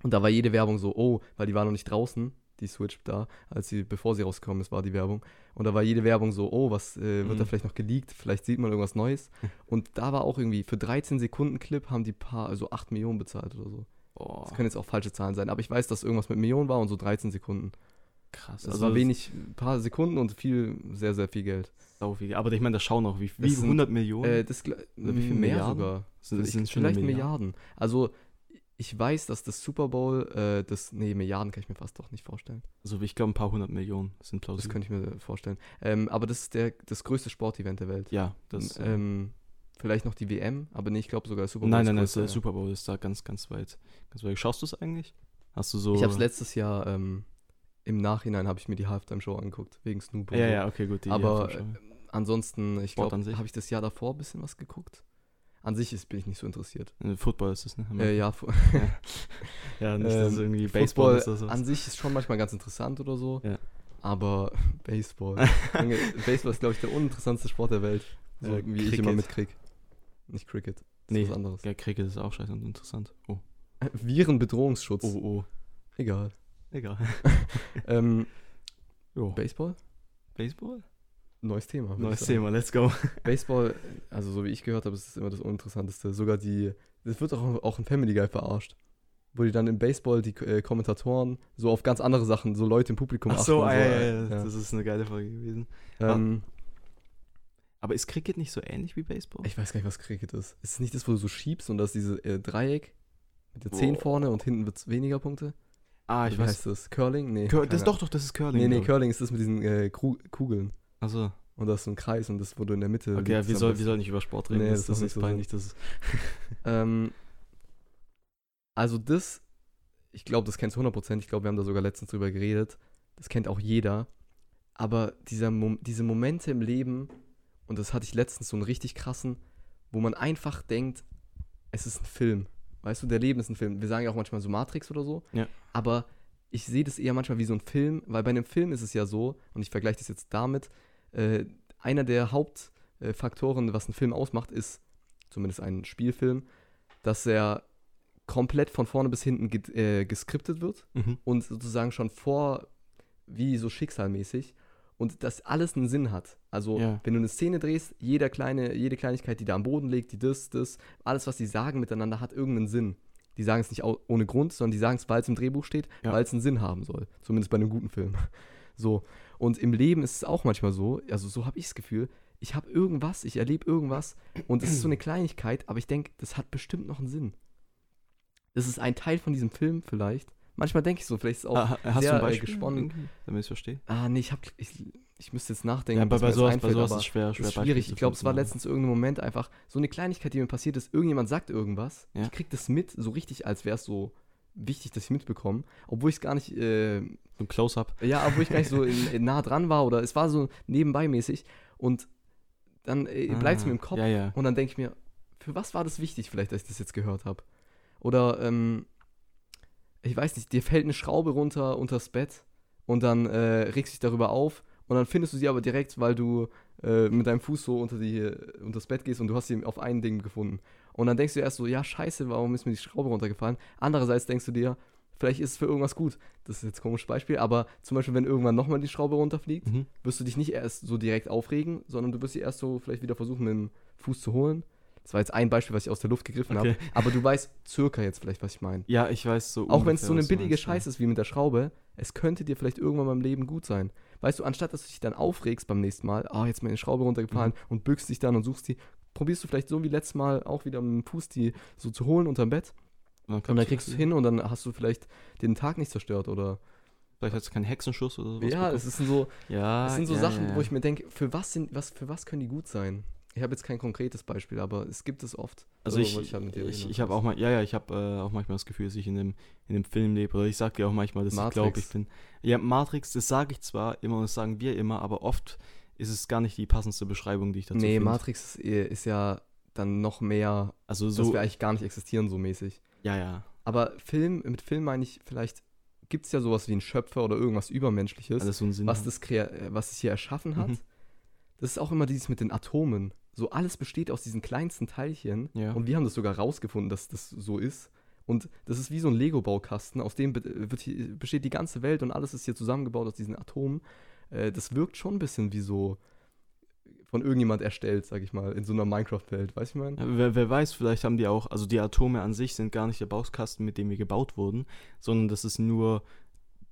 S1: und da war jede Werbung so, oh, weil die war noch nicht draußen, die Switch da, als sie, bevor sie rausgekommen ist, war die Werbung und da war jede Werbung so, oh, was äh, wird da
S2: Mhm.
S1: vielleicht noch geleakt, vielleicht sieht man irgendwas Neues und da war auch irgendwie, für 13 Sekunden Clip haben die paar, also 8 Millionen bezahlt oder so.
S2: Boah,
S1: Das können jetzt auch falsche Zahlen sein, aber ich weiß, dass irgendwas mit Millionen war und so 13 Sekunden.
S2: krass. Also
S1: Das war wenig, ein paar Sekunden und viel, sehr, sehr viel Geld.
S2: Sau viel. Aber ich meine, da schauen auch wie, wie
S1: Das sind,
S2: 100 Millionen.
S1: Äh, das gl-
S2: Oder wie viel
S1: mehr
S2: Milliarden?
S1: sogar.
S2: sind,
S1: ich,
S2: sind schon
S1: vielleicht
S2: eine Milliarde.
S1: Milliarden. Also ich weiß, dass das Super Bowl, äh, das, nee, Milliarden kann ich mir fast doch nicht vorstellen.
S2: Also ich glaube, ein paar hundert Millionen sind
S1: Das
S2: plausibel.
S1: könnte ich mir vorstellen. Ähm, aber das ist der, das größte Sportevent der Welt.
S2: ja, das. äh,
S1: ähm, vielleicht noch die WM, aber nee, ich glaube sogar Super Bowl.
S2: nein,
S1: ist
S2: nein, nein,
S1: größer,
S2: der
S1: ja.
S2: Super Bowl ist da ganz, ganz weit. Ganz weit. Schaust du es eigentlich? Hast du so.
S1: Ich habe es letztes Jahr, ähm, im Nachhinein habe ich mir die Halftime-Show angeguckt, wegen Snoop und
S2: Ja,
S1: so.
S2: ja, okay, gut. Die
S1: Aber, ähm,
S2: Halbfinale schon.
S1: Ansonsten, ich
S2: Sport
S1: glaube,
S2: an sich?
S1: habe ich das Jahr davor ein bisschen was geguckt. An sich ist, bin ich nicht so interessiert.
S2: Äh, Football ist es, ne?
S1: Äh, ja, Fu-
S2: ja, nicht, dass es
S1: ähm,
S2: irgendwie Baseball
S1: Football
S2: ist oder sowas.
S1: an sich ist schon manchmal ganz interessant oder so.
S2: Ja.
S1: Aber Baseball. Junge, Baseball ist, glaube ich, der uninteressanteste Sport der Welt. So
S2: Äh,
S1: wie ich immer
S2: Cricket.
S1: mit Krieg. Nicht Cricket. Das
S2: Nee.
S1: ist was anderes.
S2: Ja, Cricket ist auch scheiße und interessant. Oh,
S1: Virenbedrohungsschutz.
S2: oh, oh.
S1: Egal.
S2: Egal.
S1: Ähm,
S2: Jo.
S1: Baseball?
S2: Baseball?
S1: Neues Thema. würd ich
S2: Neues
S1: sagen.
S2: Thema, let's go.
S1: Baseball, also so wie ich gehört habe, ist es immer das Uninteressanteste. Sogar die, das wird auch, auch in Family Guy verarscht. Wo die dann im Baseball, die äh, Kommentatoren, so auf ganz andere Sachen, so Leute im Publikum
S2: Ach so,
S1: achten. und
S2: ah, ja, ja, ja,
S1: äh,
S2: das ist ah. eine geile Folge gewesen.
S1: ja. Ähm,
S2: Aber ist Cricket nicht so ähnlich wie Baseball?
S1: ich weiß gar nicht, was Cricket ist. Ist es nicht das, wo du so schiebst und das ist dieses äh, Dreieck mit der 10
S2: Boah.
S1: vorne und hinten wird es weniger Punkte?
S2: ah, ich
S1: Wie
S2: weiß.
S1: heißt das? Curling? Nee.
S2: Cur das
S1: keine
S2: doch, doch, das ist Curling.
S1: Ahnung. Nee, nee,
S2: glaub
S1: Curling ist das mit diesen äh, Kru Kugeln.
S2: ich. Ach so.
S1: Und das ist so ein Kreis und das, wo du in der Mitte.
S2: Okay, ja,
S1: liegst,
S2: wir,
S1: am
S2: soll, wir
S1: besten.
S2: sollen nicht über Sport reden.
S1: Äh, Nee, das
S2: das,
S1: macht
S2: das ist
S1: nicht so
S2: peinlich. Das ist,
S1: Ähm, also das, ich glaube, das kennst du 100%. Ich glaube, wir haben da sogar letztens drüber geredet. Das kennt auch jeder. Aber dieser Mom diese Momente im Leben, und das hatte ich letztens so einen richtig krassen, wo man einfach denkt, es ist ein Film. Weißt du, der Leben ist ein Film. Wir sagen ja auch manchmal so Matrix oder so.
S2: Ja.
S1: Aber ich sehe das eher manchmal wie so ein Film, weil bei einem Film ist es ja so, und ich vergleiche das jetzt damit, äh, einer der Hauptfaktoren, äh, Faktoren, was einen Film ausmacht, ist, zumindest einen Spielfilm, dass er komplett von vorne bis hinten ge äh, geskriptet wird
S2: mhm.
S1: und sozusagen schon vor, wie so schicksalmäßig und dass alles einen Sinn hat. Also
S2: Ja.
S1: wenn du eine Szene drehst, jeder kleine, jede Kleinigkeit, die da am Boden liegt, die das, das, alles, was die sagen miteinander, hat irgendeinen Sinn. Die sagen es nicht au- ohne Grund, sondern die sagen es, weil es im Drehbuch steht,
S2: Ja.
S1: weil es einen Sinn haben soll. Zumindest bei einem guten Film. So. Und im Leben ist es auch manchmal so, also so habe ich das Gefühl, ich habe irgendwas, ich erlebe irgendwas und es ist so eine Kleinigkeit, aber ich denke, das hat bestimmt noch einen Sinn. Das ist ein Teil von diesem Film vielleicht. Manchmal denke ich so, vielleicht ist es auch
S2: Ah, hast
S1: sehr,
S2: du ein
S1: äh,
S2: Beispiel?
S1: gesponnen.
S2: irgendwie, Mhm. Damit ich es verstehe.
S1: Ah, nee, ich hab. Ich, ich müsste jetzt nachdenken.
S2: Ja, bei,
S1: was
S2: bei
S1: mir jetzt
S2: sowas, bei
S1: einfällt,
S2: sowas
S1: aber
S2: ist schwer, schwer
S1: ist
S2: Beispiele
S1: schwierig.
S2: zu
S1: Ich glaube, es war
S2: finden, ja.
S1: letztens irgendein Moment einfach so eine Kleinigkeit, die mir passiert ist. Irgendjemand sagt irgendwas.
S2: Ja.
S1: Ich krieg das mit, so richtig, als wäre es so wichtig, dass ich mitbekomme. Obwohl ich es gar nicht. Äh,
S2: So ein Close-Up.
S1: ja, obwohl ich gar nicht so in, in nah dran war oder es war so nebenbei mäßig. Und dann äh, bleibt es mir im Kopf.
S2: Ah. Ja, ja.
S1: Und dann denke ich mir, für was war das wichtig vielleicht, dass ich das jetzt gehört habe? Oder, ähm, ich weiß nicht, dir fällt eine Schraube runter unters Bett und dann äh, regst dich darüber auf und dann findest du sie aber direkt, weil du äh, mit deinem Fuß so unter die, unters Bett gehst und du hast sie auf ein Ding gefunden. Und dann denkst du erst so, ja, scheiße, warum ist mir die Schraube runtergefallen? Andererseits denkst du dir, vielleicht ist es für irgendwas gut. Das ist jetzt ein komisches Beispiel, aber zum Beispiel, wenn irgendwann nochmal die Schraube runterfliegt,
S2: Mhm.
S1: wirst du dich nicht erst so direkt aufregen, sondern du wirst sie erst so vielleicht wieder versuchen, mit dem Fuß zu holen. Das war jetzt ein Beispiel, was ich aus der Luft gegriffen
S2: Okay.
S1: habe. Aber du weißt circa jetzt vielleicht, was ich meine.
S2: Ja, ich weiß so.
S1: Auch wenn es so eine
S2: ungefähr, was du
S1: billige
S2: meinst, ja.
S1: Scheiße ist wie mit der Schraube, es könnte dir vielleicht irgendwann beim Leben gut sein. Weißt du, anstatt dass du dich dann aufregst beim nächsten Mal, ah, jetzt ist meine Schraube runtergefallen und bückst dich dann und suchst die, probierst du vielleicht so wie letztes Mal auch wieder mit dem Fuß die so zu holen unterm Bett und dann
S2: kommst
S1: kriegst du es hin und dann hast du vielleicht den Tag nicht zerstört oder.
S2: Vielleicht hast du keinen Hexenschuss oder sowas.
S1: ja,
S2: bekommen.
S1: es ist so,
S2: ja,
S1: Das sind so
S2: ja,
S1: Sachen,
S2: ja.
S1: wo ich mir denke, für was sind, was, für was können die gut sein? Ich habe jetzt kein konkretes Beispiel, aber es gibt es oft.
S2: Also
S1: Darüber
S2: ich,
S1: wollte halt mit dir
S2: ich,
S1: reden.
S2: ich habe auch mal, ja, ja, ich habe äh, auch manchmal das Gefühl, dass ich in dem, in dem Film lebe. Oder ich sage dir auch manchmal, dass ich glaube,
S1: Matrix.
S2: ich bin. Ja, Matrix, das sage ich zwar immer und das sagen wir immer, aber oft ist es gar nicht die passendste Beschreibung, die ich dazu
S1: Nee,
S2: finde.
S1: Matrix ist, eh- ist ja dann noch mehr,
S2: Also
S1: dass
S2: so,
S1: wir eigentlich gar nicht existieren, so mäßig.
S2: ja, ja.
S1: Aber Film, mit Film meine ich, vielleicht gibt es ja sowas wie einen Schöpfer oder irgendwas Übermenschliches,
S2: Alles so ein Sinn.
S1: was,
S2: hat.
S1: das krea- äh, was es hier erschaffen hat.
S2: Mhm.
S1: Das ist auch immer dieses mit den Atomen. So alles besteht aus diesen kleinsten Teilchen.
S2: Ja.
S1: Und wir haben das sogar rausgefunden, dass das so ist. Und das ist wie so ein Lego-Baukasten, aus dem be- äh, wird hier, besteht die ganze Welt und alles ist hier zusammengebaut aus diesen Atomen. Äh, das wirkt schon ein bisschen wie so äh, von irgendjemand erstellt, sag ich mal, in so einer Minecraft-Welt, weißt du, ich meine?
S2: Ja, Wer, wer weiß, vielleicht haben die auch, also die Atome an sich sind gar nicht der Baukasten, mit dem wir gebaut wurden, sondern das ist nur,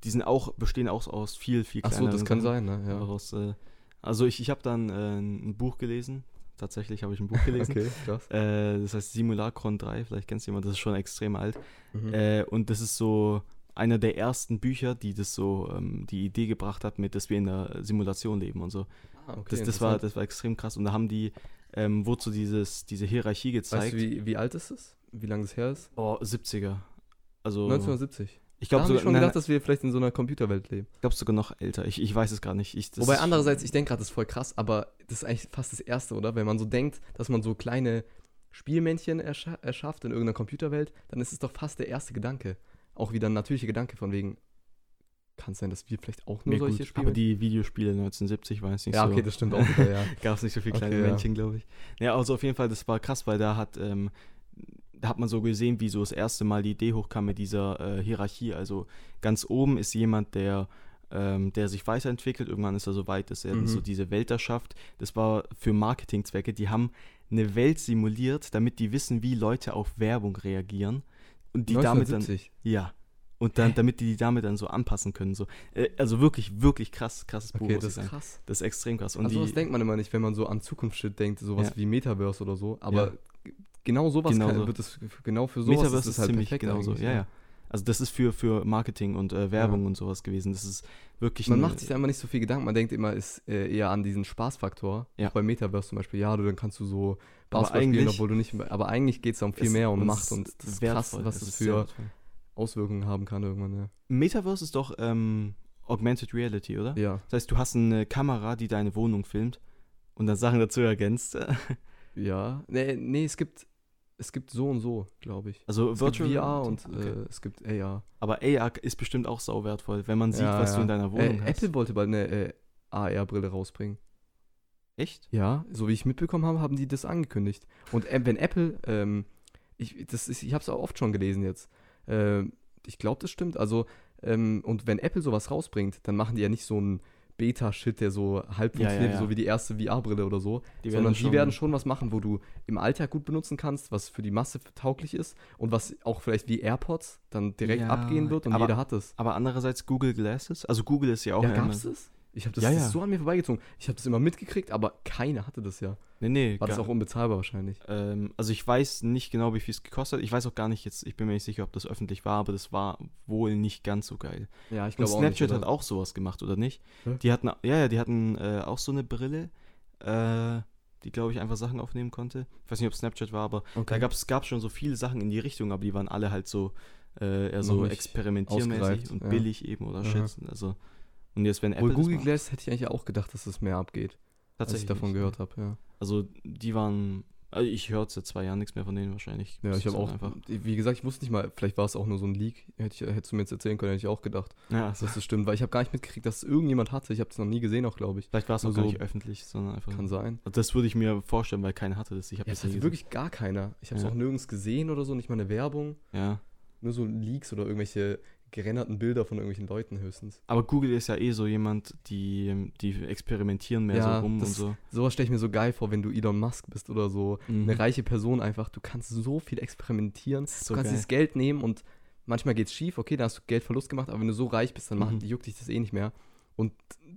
S2: die sind auch, bestehen auch aus viel, viel
S1: Ach so, das
S2: kleineren
S1: kann
S2: Sachen.
S1: sein, ne?
S2: Einfach
S1: Ja.
S2: aus, äh, also ich, ich habe dann äh, ein Buch gelesen, tatsächlich habe ich ein Buch gelesen.
S1: Okay, krass.
S2: Äh, das heißt Simulacron 3, vielleicht kennst du jemand, das ist schon extrem alt.
S1: Mhm.
S2: Äh, und das ist so einer der ersten Bücher, die das so, ähm, die Idee gebracht hat, mit, dass wir in einer Simulation leben und so.
S1: Ah, okay,
S2: das, das, war,
S1: interessant.
S2: das war extrem krass. Und da haben die, ähm, wurde so dieses, diese Hierarchie
S1: Weißt
S2: gezeigt.
S1: du, wie, wie alt ist es? Wie lange das her ist?
S2: Oh, 70er. Also,
S1: 1970.
S2: ich
S1: Da
S2: glaube
S1: habe ich
S2: sogar,
S1: schon
S2: nein,
S1: gedacht, dass wir vielleicht in so einer Computerwelt leben.
S2: ich glaub sogar noch älter. Ich, ich weiß es gar nicht. Ich, das
S1: Wobei
S2: ist-
S1: andererseits, ich denke gerade, das ist voll krass, aber das ist eigentlich fast das Erste, oder? Wenn man so denkt, dass man so kleine Spielmännchen erscha erschafft in irgendeiner Computerwelt, dann ist es doch fast der erste Gedanke. Auch wieder ein natürlicher Gedanke von wegen, kann es sein, dass wir vielleicht auch nur
S2: Nee,
S1: solche
S2: gut,
S1: Spiele
S2: aber die Videospiele 1970 waren es nicht
S1: Ja,
S2: so.
S1: okay, das stimmt auch wieder, ja.
S2: gab es nicht so viele kleine
S1: Okay, ja.
S2: Männchen, glaube ich. Ja, also auf jeden Fall, das war krass, weil da hat, ähm, da hat man so gesehen, wie so das erste Mal die Idee hochkam mit dieser äh, Hierarchie. Also ganz oben ist jemand, der, ähm, der sich weiterentwickelt. Irgendwann ist er so weit, dass er
S1: Mhm.
S2: so diese Welt erschafft. Das war für Marketingzwecke. Die haben eine Welt simuliert, damit die wissen, wie Leute auf Werbung reagieren. Und die damit dann.
S1: 1970.
S2: Ja. Und dann, damit die die damit dann so anpassen können. So. Äh, also wirklich, wirklich krass, krasses Buch.
S1: Okay,
S2: muss ich
S1: das ist
S2: sagen.
S1: krass.
S2: das ist extrem krass. Und
S1: Also
S2: die,
S1: sowas denkt man immer nicht, wenn man so an Zukunftsshit denkt, sowas
S2: Ja.
S1: wie Metaverse oder so, aber genau sowas
S2: Genau
S1: kann,
S2: so.
S1: wird es genau für sowas halt
S2: Metaverse ist, halt ziemlich
S1: perfekt
S2: genauso.
S1: eigentlich,
S2: Ja,
S1: ne?
S2: ja. Also das ist für, für Marketing und äh, Werbung
S1: Ja.
S2: und sowas gewesen. Das ist wirklich
S1: Man
S2: ein-
S1: macht sich einfach nicht so viel Gedanken. Man denkt immer ist, äh, eher an diesen Spaßfaktor.
S2: Ja.
S1: Auch bei Metaverse zum Beispiel. Ja, du, dann kannst du so
S2: Aber
S1: Basketball spielen,
S2: eigentlich-
S1: obwohl du nicht. Aber eigentlich geht es um viel
S2: es-
S1: mehr um
S2: es
S1: Macht
S2: ist
S1: und das ist krass,
S2: wertvoll.
S1: was
S2: Es
S1: es
S2: ist sehr
S1: für
S2: wertvoll.
S1: Auswirkungen haben kann irgendwann. Ja.
S2: Metaverse ist doch ähm, Augmented Reality, oder?
S1: ja.
S2: Das heißt, du hast eine Kamera, die deine Wohnung filmt und dann Sachen dazu ergänzt.
S1: Ja, nee, nee, es gibt es gibt so und so, glaube ich.
S2: Also
S1: Es gibt
S2: Virtual
S1: VR
S2: Reality,
S1: und
S2: okay.
S1: äh, es gibt AR.
S2: Aber AR ist bestimmt auch sau wertvoll, wenn man sieht,
S1: Ja,
S2: was
S1: ja.
S2: du in deiner
S1: Äh,
S2: Wohnung hast.
S1: Apple wollte bald eine äh, AR-Brille rausbringen.
S2: Echt?
S1: Ja, so wie ich mitbekommen habe, haben die das angekündigt. Und äh, wenn Apple, ähm, ich, das ist, ich habe es auch oft schon gelesen jetzt. Ähm, ich glaube, das stimmt. Also, ähm, und wenn Apple sowas rausbringt, dann machen die ja nicht so einen Beta-Shit, der so halb
S2: Ja, ja,
S1: funktioniert,
S2: ja.
S1: so wie die erste VR-Brille oder so,
S2: Die
S1: sondern die werden schon was machen, wo du im Alltag gut benutzen kannst, was für die Masse tauglich ist und was auch vielleicht wie AirPods dann direkt
S2: Ja,
S1: abgehen wird und
S2: aber-
S1: jeder hat es.
S2: Aber andererseits Google Glasses, also Google ist ja auch
S1: ja,
S2: immer-
S1: gab's das? Ich habe das,
S2: Ja,
S1: das
S2: ja.
S1: ist so an mir vorbeigezogen. Ich habe das immer mitgekriegt, aber keiner hatte das ja.
S2: Nee, nee,
S1: War das
S2: gar-
S1: auch unbezahlbar wahrscheinlich.
S2: ähm, also ich weiß nicht genau, wie viel es gekostet hat. Ich weiß auch gar nicht jetzt, ich bin mir nicht sicher, ob das öffentlich war, aber das war wohl nicht ganz so geil.
S1: Ja, ich
S2: Und
S1: glaube auch nicht.
S2: Snapchat
S1: oder?
S2: hat auch sowas gemacht, oder nicht?
S1: Hä?
S2: Die hatten, ja, ja, die hatten äh, auch so eine Brille, äh, die, glaube ich, einfach Sachen aufnehmen konnte. Ich weiß nicht, ob Snapchat war, aber da
S1: Okay.
S2: gab es gab schon so viele Sachen in die Richtung, aber die waren alle halt so äh, eher
S1: Noch
S2: so
S1: nicht
S2: experimentiermäßig
S1: ausgereift,
S2: und
S1: ja.
S2: billig eben oder
S1: Aha.
S2: shit. Also, und jetzt, wenn Apple
S1: Wohl
S2: das
S1: Google
S2: macht,
S1: Glass hätte ich eigentlich auch gedacht, dass es mehr abgeht, als ich davon
S2: nicht. ne?
S1: gehört habe. Ja,
S2: Also, die waren, also ich höre seit zwei Jahren nichts mehr von denen wahrscheinlich.
S1: ja
S2: Das
S1: ich habe
S2: ist halt
S1: auch,
S2: dann
S1: wie gesagt, ich wusste nicht mal, vielleicht war es auch nur so ein Leak. Hätte ich, hättest du mir jetzt erzählen können, hätte ich auch gedacht,
S2: Ja, also,
S1: dass das stimmt, weil ich habe gar nicht mitgekriegt, dass es irgendjemand hatte. Ich habe das noch nie gesehen, auch glaube ich.
S2: vielleicht war es auch
S1: nur
S2: gar
S1: so-
S2: nicht öffentlich, sondern einfach.
S1: Kann sein.
S2: Also das würde ich mir vorstellen, weil keiner hatte das. Ich habe
S1: Ja,
S2: das
S1: das
S2: nie
S1: hatte
S2: gesehen.
S1: wirklich gar keiner. Ich habe es
S2: Ja.
S1: auch nirgends gesehen oder so, nicht mal eine Werbung.
S2: Ja.
S1: Nur so Leaks oder irgendwelche gerenderten Bilder von irgendwelchen Leuten höchstens.
S2: Aber Google ist ja eh so jemand, die, die experimentieren mehr
S1: Ja,
S2: so rum und
S1: das-
S2: so.
S1: Sowas stelle ich mir so geil vor, wenn du Elon Musk bist oder so. Eine
S2: Mhm.
S1: reiche Person einfach. Du kannst so viel experimentieren.
S2: ist
S1: du kannst dieses Geld nehmen und manchmal geht's schief. Okay, da hast du Geldverlust gemacht, aber wenn du so reich bist, dann machen,
S2: Mhm.
S1: die juckt dich das eh nicht mehr. Und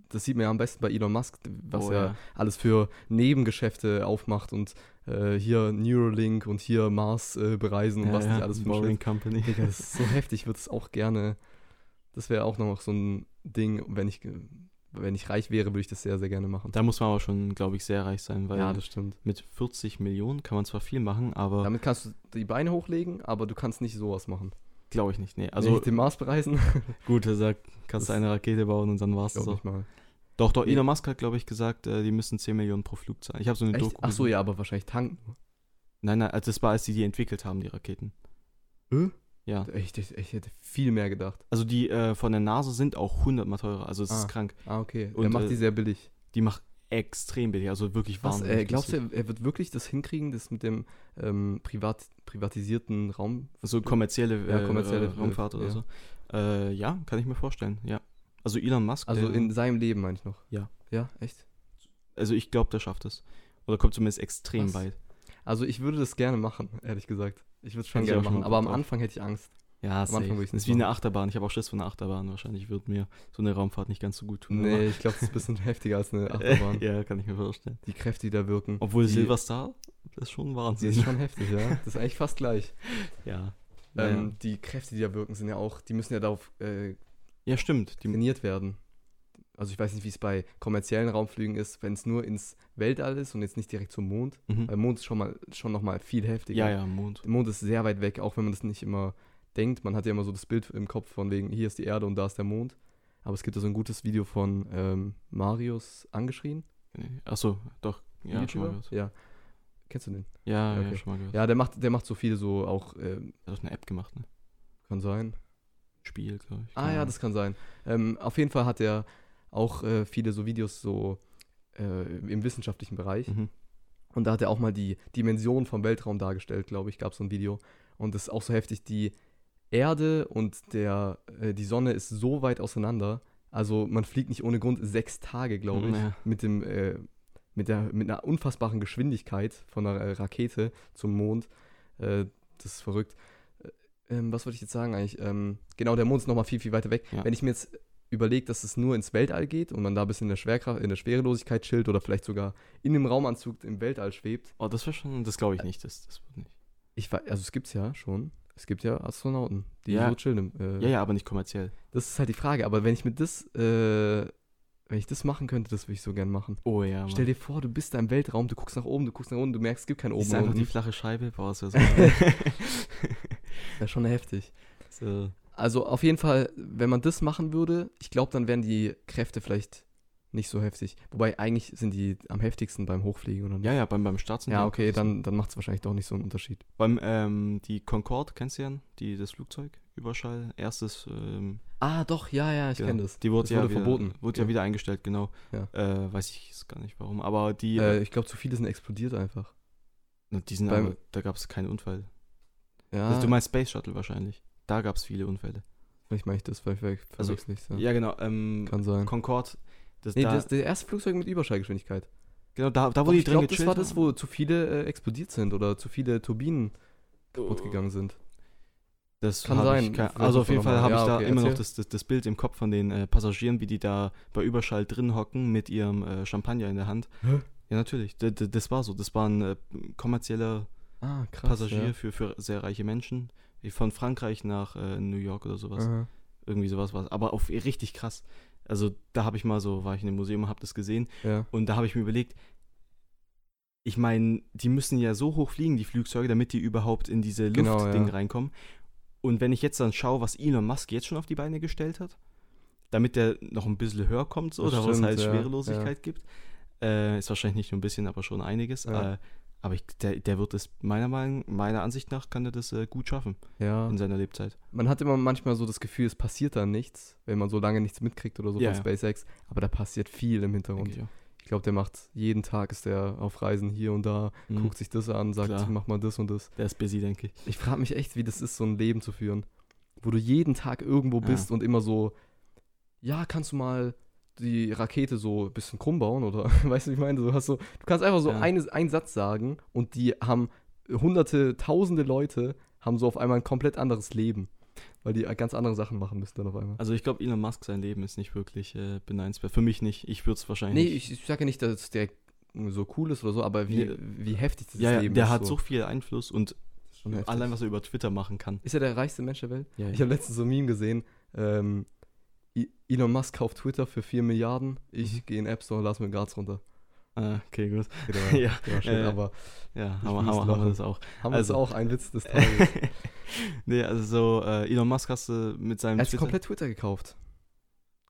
S1: das sieht man ja am besten bei Elon Musk, was
S2: Oh,
S1: er
S2: ja.
S1: alles für Nebengeschäfte aufmacht und äh, hier Neuralink und hier Mars äh, bereisen und
S2: Ja,
S1: was
S2: ja,
S1: nicht alles für ein Shit.
S2: Boring Company.
S1: Digga, das ist so heftig, ich würde es auch gerne. Das wäre auch noch so ein Ding, wenn ich, ge- wenn ich reich wäre, würde ich das sehr, sehr gerne machen.
S2: Da muss man aber schon, glaube ich, sehr reich sein, weil
S1: ja, das stimmt.
S2: mit 40 Millionen kann man zwar viel machen, aber
S1: Damit kannst du die Beine hochlegen, aber du kannst nicht sowas machen.
S2: glaube ich nicht. Nee,
S1: Also
S2: also
S1: nicht den Mars bereisen?
S2: gut, er sagt, kannst du
S1: Das-
S2: eine Rakete bauen und dann war's das
S1: Glaub
S2: auch.
S1: nicht mal.
S2: Doch, doch,
S1: Nee.
S2: Elon Musk hat, glaube ich, gesagt, äh, die müssen 10 Millionen pro Flug zahlen. Ich habe so eine
S1: Echt?
S2: Doku.
S1: Ach so,
S2: gesehen.
S1: ja, aber wahrscheinlich tanken.
S2: Nein, nein, also das war, als die die entwickelt haben, die Raketen.
S1: Hä?
S2: Ja.
S1: Ich, ich, ich hätte viel mehr gedacht.
S2: Also die äh, von der NASA sind auch 100 mal teurer. Also es
S1: Ah.
S2: ist krank.
S1: Ah, okay.
S2: Und,
S1: er macht
S2: äh,
S1: die sehr billig.
S2: Die macht extrem billig, also wirklich
S1: Was,
S2: wahnsinnig.
S1: äh, glaubst du,
S2: günstig.
S1: er, er wird wirklich das hinkriegen, das mit dem ähm, privat, privatisierten Raum?
S2: So kommerzielle,
S1: Ja,
S2: äh,
S1: kommerzielle
S2: äh, Raumfahrt oder
S1: ja.
S2: so. Äh, ja, kann ich mir vorstellen, ja. Also Elon Musk,
S1: Also
S2: der,
S1: in seinem Leben, meine ich noch.
S2: Ja.
S1: Ja, echt?
S2: also ich glaube, der schafft es. Oder kommt zumindest extrem
S1: Was?
S2: weit.
S1: Also ich würde das gerne machen, ehrlich gesagt. Ich würde es schon
S2: Hätte ich
S1: gerne
S2: auch schon
S1: machen,
S2: mal
S1: aber am
S2: Bock drauf.
S1: Anfang hätte ich Angst.
S2: Ja,
S1: Anfang
S2: safe.
S1: würde ich's
S2: Das
S1: nicht
S2: ist wie eine
S1: machen.
S2: Achterbahn. Ich habe auch Schiss von einer Achterbahn. Wahrscheinlich wird mir so eine Raumfahrt nicht ganz so gut tun.
S1: Nee, ich glaube, das ist ein bisschen heftiger als eine
S2: aber-
S1: Achterbahn.
S2: ja, kann ich mir vorstellen.
S1: Die Kräfte, die da wirken.
S2: Obwohl
S1: die,
S2: Silver Star, das ist schon
S1: Die ist
S2: Wahnsinn.
S1: schon heftig, ja. Das ist eigentlich fast gleich.
S2: Ja.
S1: Ähm, die Kräfte, die da wirken, sind ja auch, die müssen ja darauf äh,
S2: ja, stimmt. Die,
S1: trainiert werden. Also ich weiß nicht, wie es bei kommerziellen Raumflügen ist, wenn es nur ins Weltall ist und jetzt nicht direkt zum Mond. Weil
S2: mhm.
S1: Mond ist schon mal schon noch mal viel heftiger.
S2: Ja, ja, Mond.
S1: Der Mond ist sehr weit weg, auch wenn man das nicht immer denkt. Man hat ja immer so das Bild im Kopf von wegen, hier ist die Erde und da ist der Mond. Aber es gibt da so ein gutes Video von ähm, Marius angeschrien.
S2: Achso, doch. Ja, schon mal
S1: YouTuber.
S2: gehört.
S1: ja. Kennst du den?
S2: Ja, ja,
S1: Okay.
S2: schon mal gehört.
S1: Ja, der macht, der macht so viel so auch, ähm,
S2: Er hat auch eine App gemacht, ne?
S1: kann sein.
S2: Spiel, glaube ich.
S1: Ah
S2: Keine
S1: ja,
S2: Ahnung.
S1: das kann sein. Ähm, auf jeden Fall hat er auch äh, viele so Videos so äh, im wissenschaftlichen Bereich.
S2: Mhm.
S1: Und da hat er auch mal die Dimension vom Weltraum dargestellt, glaube ich, gab es so ein Video. Und das ist auch so heftig, die Erde und der, äh, die Sonne ist so weit auseinander. Also man fliegt nicht ohne Grund sechs Tage, glaube ich,
S2: Mhm, Ja.
S1: mit dem, äh, mit, der, mit einer unfassbaren Geschwindigkeit von einer äh, Rakete zum Mond. Äh, das ist verrückt. Äh, Ähm, was wollte ich jetzt sagen eigentlich? Ähm, genau, der Mond ist nochmal viel, viel weiter weg.
S2: Ja.
S1: Wenn ich mir jetzt überlege, dass es nur ins Weltall geht und man da ein bisschen in der Schwerkraft, in der Schwerelosigkeit chillt oder vielleicht sogar in einem Raumanzug im Weltall schwebt.
S2: Oh, das wäre schon, das glaube ich nicht, das, das wird nicht.
S1: Ich wei- also es gibt's ja schon. Es gibt ja Astronauten, die
S2: Ja.
S1: so chillen. im, Äh,
S2: Ja, ja, aber nicht kommerziell.
S1: Das ist halt die Frage. Aber wenn ich mit das, äh, wenn ich das machen könnte, das würde ich so gern machen.
S2: Oh ja, Mann.
S1: Stell dir vor, du bist da im Weltraum, du guckst nach oben, du guckst nach unten, du merkst, es gibt kein oben
S2: Siehst
S1: und
S2: einfach die
S1: unten.
S2: flache Scheibe, boah, das wäre
S1: Das wäre schon heftig.
S2: so. so.
S1: Also auf jeden Fall, wenn man das machen würde, ich glaube, dann wären die Kräfte vielleicht nicht so heftig. Wobei eigentlich sind die am heftigsten beim Hochfliegen, oder? nicht?
S2: Ja, ja, beim, beim Start
S1: ja okay, dann, dann macht es wahrscheinlich doch nicht so einen Unterschied.
S2: Beim, ähm, die Concorde, kennst du ja, die, das Flugzeug, Überschall, erstes, ähm,
S1: Ah, doch, ja, ja, ich
S2: ja,
S1: kenne das.
S2: Die wurde,
S1: Das
S2: ja
S1: wurde
S2: wieder,
S1: verboten.
S2: Wurde ja.
S1: Ja.
S2: wieder eingestellt, genau.
S1: Ja.
S2: Äh, weiß ich jetzt gar nicht warum, aber die,
S1: Äh, ich glaube, zu viele sind explodiert einfach.
S2: na, die sind
S1: beim- Ah.
S2: aber, da gab es keinen Unfall.
S1: Ja,
S2: Also, du meinst Space Shuttle wahrscheinlich. Da gab es viele Unfälle.
S1: vielleicht mache ich das, vielleicht ver-
S2: Also,
S1: verwechsel ich
S2: Ja,
S1: ja.
S2: genau, ähm,
S1: Kann sein.
S2: Concorde, das,
S1: Mhm. Nee,
S2: da,
S1: das, der erste Flugzeug mit Überschallgeschwindigkeit.
S2: genau, da, da
S1: Doch,
S2: wurde die
S1: ich
S2: drin
S1: glaube, das war
S2: gechillt
S1: das, wo zu viele äh, explodiert sind oder zu viele Turbinen
S2: Oh.
S1: kaputt gegangen sind.
S2: Das
S1: Kann
S2: hab
S1: sein.
S2: Ich kein,
S1: Vielleicht
S2: also
S1: muss
S2: auf jeden
S1: man
S2: Fall
S1: noch mal-
S2: habe
S1: ja,
S2: ich da
S1: okay,
S2: immer noch
S1: erzähl.
S2: das, das, das Bild im Kopf von den äh, Passagieren, wie die da bei Überschall drin hocken mit ihrem äh, Champagner in der Hand.
S1: Hä?
S2: Ja, natürlich. D d- das war so. Das war ein äh, kommerzieller
S1: Ah, krass.
S2: Passagier für, für sehr reiche Menschen. Von Frankreich nach äh, New York oder
S1: Ja.
S2: sowas.
S1: Aha.
S2: Irgendwie sowas war es. Aber auf richtig krass. Also da habe ich mal so, war ich in einem Museum, habe das gesehen.
S1: ja.
S2: Und da habe ich mir überlegt, ich meine, die müssen ja so hoch fliegen, die Flugzeuge, damit die überhaupt in diese
S1: Genau,
S2: Luftding
S1: ja.
S2: reinkommen. Und wenn ich jetzt dann schaue, was Elon Musk jetzt schon auf die Beine gestellt hat, damit der noch ein bisschen höher kommt, so,
S1: Das
S2: oder was
S1: stimmt,
S2: halt
S1: ja,
S2: Schwerelosigkeit gibt, äh, ist wahrscheinlich nicht nur ein bisschen, aber schon einiges.
S1: Ja.
S2: Äh, aber ich, der, der wird es meiner Meinung, meiner Ansicht nach kann er das äh, gut schaffen
S1: ja.
S2: in seiner Lebzeit.
S1: Man hat immer manchmal so das Gefühl, es passiert da nichts, wenn man so lange nichts mitkriegt oder so
S2: Ja,
S1: von
S2: ja.
S1: SpaceX. Aber da passiert viel im Hintergrund.
S2: denke ich auch.
S1: Ich glaube, der macht jeden Tag ist der auf Reisen hier und da,
S2: Mhm.
S1: guckt sich das an, sagt,
S2: Klar.
S1: mach mal das und das.
S2: Der ist busy, denke ich.
S1: Ich frage mich echt, wie das ist, so ein Leben zu führen, wo du jeden Tag irgendwo
S2: Ja.
S1: bist und immer so, ja, kannst du mal die Rakete so ein bisschen krumm bauen oder weißt du, wie ich meine? Du hast so, du kannst einfach so
S2: Ja.
S1: eine, einen Satz sagen und die haben hunderte, tausende Leute haben so auf einmal ein komplett anderes Leben, weil die ganz andere Sachen machen müssen dann auf einmal.
S2: Also ich glaube, Elon Musk, sein Leben ist nicht wirklich äh, beneidenswert. Für mich nicht. Ich würde es wahrscheinlich
S1: Nee, ich, ich sage ja nicht, dass es direkt so cool ist oder so, aber wie,
S2: Nee.
S1: wie heftig dieses
S2: Ja, ja
S1: Leben
S2: der
S1: ist.
S2: hat so. viel Einfluss und
S1: Schon heftig.
S2: allein, was er über Twitter machen kann.
S1: Ist er der reichste Mensch der Welt?
S2: Ja,
S1: Ich habe letztens so ein Meme gesehen. Ähm, I- Elon Musk kauft Twitter für 4 Milliarden.
S2: Mhm.
S1: Ich gehe in den App Store und lass mir Graz runter.
S2: ah, okay, gut.
S1: Okay,
S2: Ja,
S1: Der,
S2: ja,
S1: der war schnell,
S2: äh,
S1: aber
S2: haben, wir-
S1: muss
S2: haben, wir- haben wir
S1: lachen.
S2: das auch.
S1: haben wir
S2: also-
S1: also, auch ein Witz des Tages.
S2: nee, also so, äh, Elon Musk hast du mit seinem
S1: er hat komplett Twitter gekauft.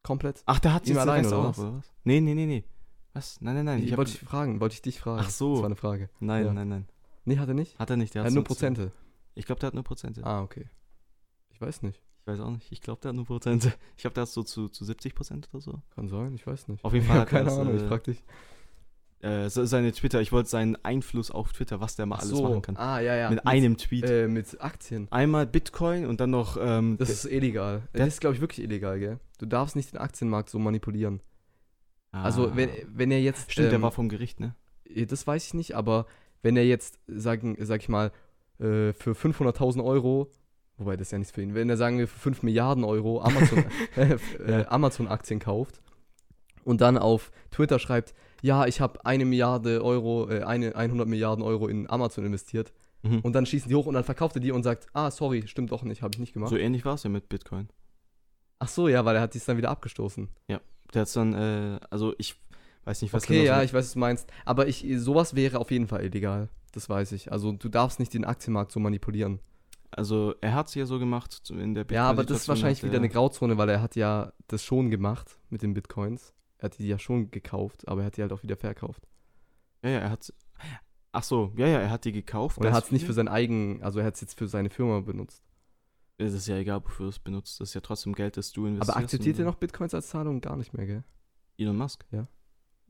S1: Komplett.
S2: Ach, der hat
S1: ihm
S2: jetzt
S1: allein,
S2: das
S1: oder
S2: auch,
S1: was?
S2: oder was? Nee, nee, nee, nee. Was? Nein, nein, nein.
S1: ich
S2: Ich hab,
S1: wollte ich fragen, wollte ich dich fragen.
S2: Ach so.
S1: Das war eine Frage.
S2: nein,
S1: ja.
S2: nein, nein.
S1: Nee, hat er nicht?
S2: Hat er nicht. Der
S1: er hat nur
S2: sonst-
S1: Prozente.
S2: Ich glaube, der hat nur Prozente.
S1: Ah, okay. Ich weiß nicht.
S2: Ich weiß auch nicht. Ich glaube, der hat nur Prozente. Ich glaube, der hat so zu, zu 70 Prozent oder so.
S1: Kann sein, ich weiß nicht.
S2: Auf jeden
S1: Ich
S2: Fall
S1: hab
S2: hat er
S1: keine
S2: das,
S1: Ahnung, ich
S2: äh,
S1: frag dich.
S2: Äh, so- seine Twitter. Ich wollte seinen Einfluss auf Twitter, was der mal
S1: Ach
S2: alles machen kann.
S1: Ah, ja, ja.
S2: mit, einem Tweet.
S1: Äh, mit Aktien.
S2: Einmal Bitcoin und dann noch ähm,
S1: Das
S2: der-
S1: ist illegal.
S2: der-
S1: Das ist, glaube ich, wirklich illegal, gell? Du darfst nicht den Aktienmarkt so manipulieren. Also,
S2: Ah.
S1: wenn, wenn er jetzt.
S2: Stimmt, der
S1: ähm,
S2: war vom Gericht, ne?
S1: eh, Das weiß ich nicht, aber wenn er jetzt, sagen, sag ich mal, äh, für 500.000 Euro, wobei das ist ja nichts für ihn, wenn er, sagen wir, für 5 Milliarden Euro Amazon, äh, äh, Amazon-Aktien kauft und dann auf Twitter schreibt, ja, ich habe eine Milliarde Euro, äh, eine 100 Milliarden Euro in Amazon investiert
S2: Mhm.
S1: und dann schießen die hoch und dann verkauft er die und sagt, ah, sorry, stimmt doch nicht, habe ich nicht gemacht.
S2: So ähnlich war es ja mit Bitcoin.
S1: Ach so, ja, weil er hat dies dann wieder abgestoßen.
S2: Der hat's dann, äh, also ich weiß nicht, was
S1: Okay, ja,
S2: so-
S1: ich weiß, was du meinst. Aber ich, sowas wäre auf jeden Fall illegal. Das weiß ich. Also du darfst nicht den Aktienmarkt so manipulieren.
S2: Also er hat es ja so gemacht so in der
S1: ja, aber das ist
S2: Situation
S1: wahrscheinlich
S2: hat er-
S1: wieder eine Grauzone, weil er hat ja das schon gemacht mit den Bitcoins. Er hat die ja schon gekauft, aber er hat die halt auch wieder verkauft.
S2: Ja, ja, er hat. Ach so, ja, ja, er hat die gekauft.
S1: Und er
S2: ganz
S1: hat es nicht für sein
S2: viele.
S1: eigen, also er hat es jetzt für seine Firma benutzt.
S2: Es ist ja egal, wofür es benutzt. Das ist ja trotzdem Geld, das du investierst.
S1: Aber akzeptiert
S2: und-
S1: er noch Bitcoins als Zahlung? Gar nicht mehr, gell?
S2: Elon Musk?
S1: Ja.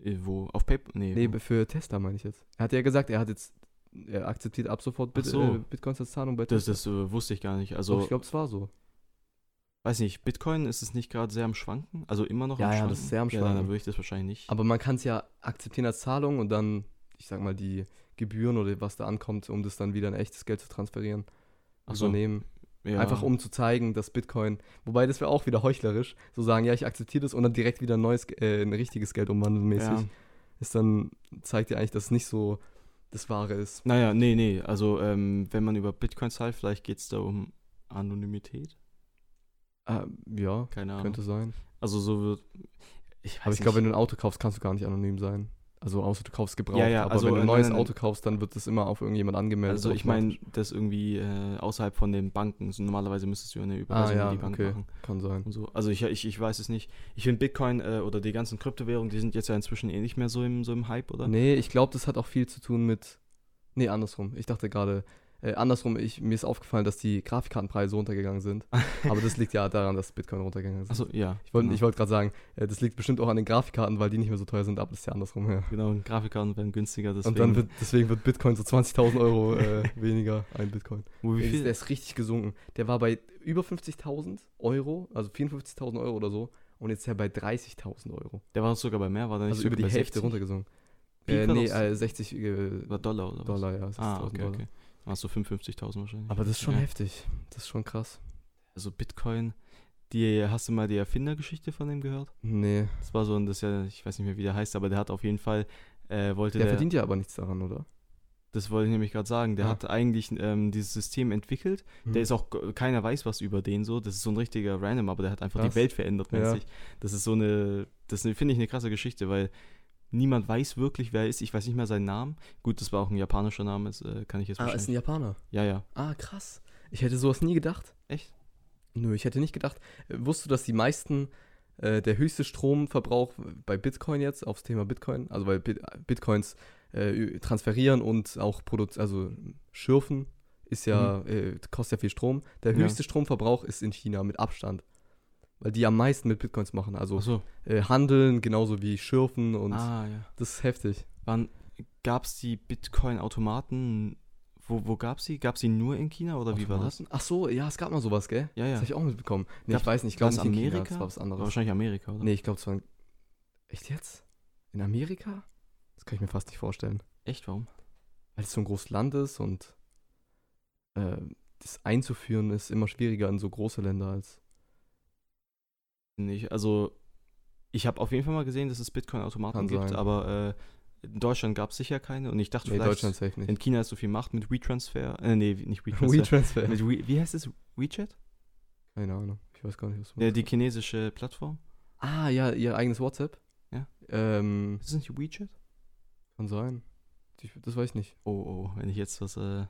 S2: Äh, Wo? Auf PayPal? Nee.
S1: Nee,
S2: wo?
S1: für Tesla meine ich jetzt. Er hat ja gesagt, er hat jetzt, er akzeptiert ab sofort Bit
S2: Ach so.
S1: äh, Bitcoins als Zahlung bei
S2: das, das äh, wusste ich gar nicht. Also,
S1: Doch, ich glaube, es war so.
S2: weiß nicht, Bitcoin ist es nicht gerade sehr am Schwanken? Also immer noch
S1: Ja,
S2: am
S1: ja,
S2: Schwanken?
S1: das ist sehr am
S2: Ja, dann
S1: Schwanken.
S2: würde ich das wahrscheinlich nicht.
S1: Aber man kann es ja akzeptieren als Zahlung und dann, ich sag mal, die Gebühren oder was da ankommt, um das dann wieder in echtes Geld zu transferieren,
S2: Ach so,
S1: übernehmen.
S2: ja.
S1: Einfach um zu zeigen, dass Bitcoin, wobei das wäre auch wieder heuchlerisch, so sagen, ja, ich akzeptiere das und dann direkt wieder ein neues, äh, ein richtiges Geld umwandeln mäßig.
S2: Ja.
S1: Ist dann, zeigt ja eigentlich, dass es nicht so das Wahre ist.
S2: Naja, nee, nee. Also, ähm, wenn man über Bitcoin zahlt, vielleicht geht es da um Anonymität.
S1: Äh, ja,
S2: Keine Ahnung.
S1: könnte sein.
S2: Also, so wird. Ich
S1: Aber ich glaube, wenn du ein Auto kaufst, kannst du gar nicht anonym sein. Also außer du kaufst gebraucht.
S2: Ja, ja,
S1: aber
S2: also,
S1: wenn du
S2: äh,
S1: ein neues
S2: nein, nein,
S1: Auto kaufst, dann wird das immer auf irgendjemand angemeldet.
S2: Also ich meine,
S1: automatisch.
S2: das irgendwie äh, außerhalb von den Banken. So, normalerweise müsstest du ja eine Überweisung
S1: Ah, ja,
S2: in die Bank
S1: okay.
S2: machen.
S1: Kann sein.
S2: Und so. Also ich, ich, ich weiß es nicht. Ich finde Bitcoin äh, oder die ganzen Kryptowährungen, die sind jetzt ja inzwischen eh nicht mehr so im, so im Hype, oder?
S1: Nee, ich glaube, das hat auch viel zu tun mit. Nee, andersrum. Ich dachte gerade, äh, andersrum, ich, mir ist aufgefallen, dass die Grafikkartenpreise runtergegangen sind. Aber das liegt ja daran, dass Bitcoin runtergegangen ist.
S2: Achso, ja.
S1: Ich wollte
S2: genau.
S1: ich wollt gerade sagen, äh, das liegt bestimmt auch an den Grafikkarten, weil die nicht mehr so teuer sind, aber das ist ja andersrum, ja.
S2: Genau, Grafikkarten werden günstiger, deswegen.
S1: Und dann wird, deswegen wird Bitcoin so 20.000 Euro äh, weniger ein Bitcoin.
S2: Wo, wie
S1: Der ist,
S2: viel?
S1: der ist richtig gesunken. Der war bei über 50.000 Euro, also 54.000 Euro oder so. Und jetzt ist er bei 30.000 Euro.
S2: Der war sogar bei mehr, war der nicht
S1: Also über die
S2: sogar bei
S1: Hälfte
S2: 60?
S1: runtergesunken.
S2: Peak
S1: Äh,
S2: war
S1: nee,
S2: doch-
S1: äh, 60 äh,
S2: War Dollar oder was?
S1: Dollar, ja. 60.000
S2: Ah, okay,
S1: Dollar.
S2: okay. Dann hast du 55.000 wahrscheinlich.
S1: Aber das ist schon
S2: Ja.
S1: heftig. Das ist schon krass.
S2: Also Bitcoin, die, hast du mal die Erfindergeschichte von dem gehört?
S1: Nee.
S2: Das war so ein, das ist ja, ich weiß nicht mehr, wie der heißt, aber der hat auf jeden Fall, äh, wollte
S1: Der, verdient ja aber nichts daran, oder?
S2: Das wollte ich nämlich gerade sagen. Der
S1: Ah.
S2: hat eigentlich ähm, dieses System entwickelt. Der ist
S1: auch.
S2: auch, g- keiner weiß was über den so. Das ist so ein richtiger Random, aber der hat einfach
S1: Krass.
S2: die Welt verändert
S1: Ja.
S2: mäßig. Das ist so eine, das ne- finde ich eine krasse Geschichte, weil niemand weiß wirklich, wer er ist. Ich weiß nicht mehr seinen Namen. Gut, das war auch ein japanischer Name, ist, äh, kann ich jetzt
S1: Ah, ist
S2: wahrscheinlich.
S1: ein Japaner.
S2: Ja, ja.
S1: Ah, krass. Ich hätte sowas nie gedacht.
S2: Echt?
S1: Nö, ich hätte nicht gedacht. Äh, Wusstest du, dass die meisten, äh, der höchste Stromverbrauch bei Bitcoin jetzt, aufs Thema Bitcoin, also weil Bit Bitcoins äh, ü- transferieren und auch produzieren, also schürfen, ist ja, äh, kostet ja viel Strom. Der
S2: Mhm. Ja.
S1: höchste Stromverbrauch ist in China mit Abstand. Weil die am meisten mit Bitcoins machen. Also
S2: Ach so.
S1: äh, handeln genauso wie schürfen und
S2: Ah, ja.
S1: das ist heftig.
S2: Wann gab es die Bitcoin-Automaten? Wo, wo gab es die? Gab es die nur in China oder wie war das?
S1: Automaten? Ach so, ja, es gab mal sowas, gell?
S2: Ja,
S1: Das
S2: ja.
S1: habe ich auch mitbekommen. Nee,
S2: Gab's-
S1: ich weiß nicht, ich glaube
S2: war's
S1: nicht in China,
S2: Amerika?
S1: das war was
S2: War
S1: anderes.
S2: wahrscheinlich Amerika, oder?
S1: Nee, ich glaube, es war in. Echt jetzt? In Amerika? Das kann ich mir fast nicht vorstellen.
S2: Echt, warum?
S1: Weil es so ein großes Land ist und äh, das einzuführen ist immer schwieriger in so große Länder als.
S2: Nicht. Also, ich habe auf jeden Fall mal gesehen, dass es Bitcoin-Automaten
S1: Kann
S2: gibt,
S1: sein.
S2: aber äh, in Deutschland gab es sicher keine und ich dachte
S1: Nee,
S2: vielleicht,
S1: Deutschland safe nicht.
S2: in China ist so viel Macht mit WeTransfer. Äh, nee, nicht WeTransfer.
S1: WeTransfer.
S2: mit We wie heißt es? WeChat?
S1: Keine Ahnung. Ich weiß gar nicht, was du
S2: Ja, die
S1: meinst.
S2: chinesische Plattform.
S1: Ah, ja, ihr eigenes WhatsApp?
S2: Ja.
S1: Ähm,
S2: Ist es nicht WeChat?
S1: kann sein. Ich- Das weiß ich nicht.
S2: Oh, oh, wenn ich jetzt was. Äh,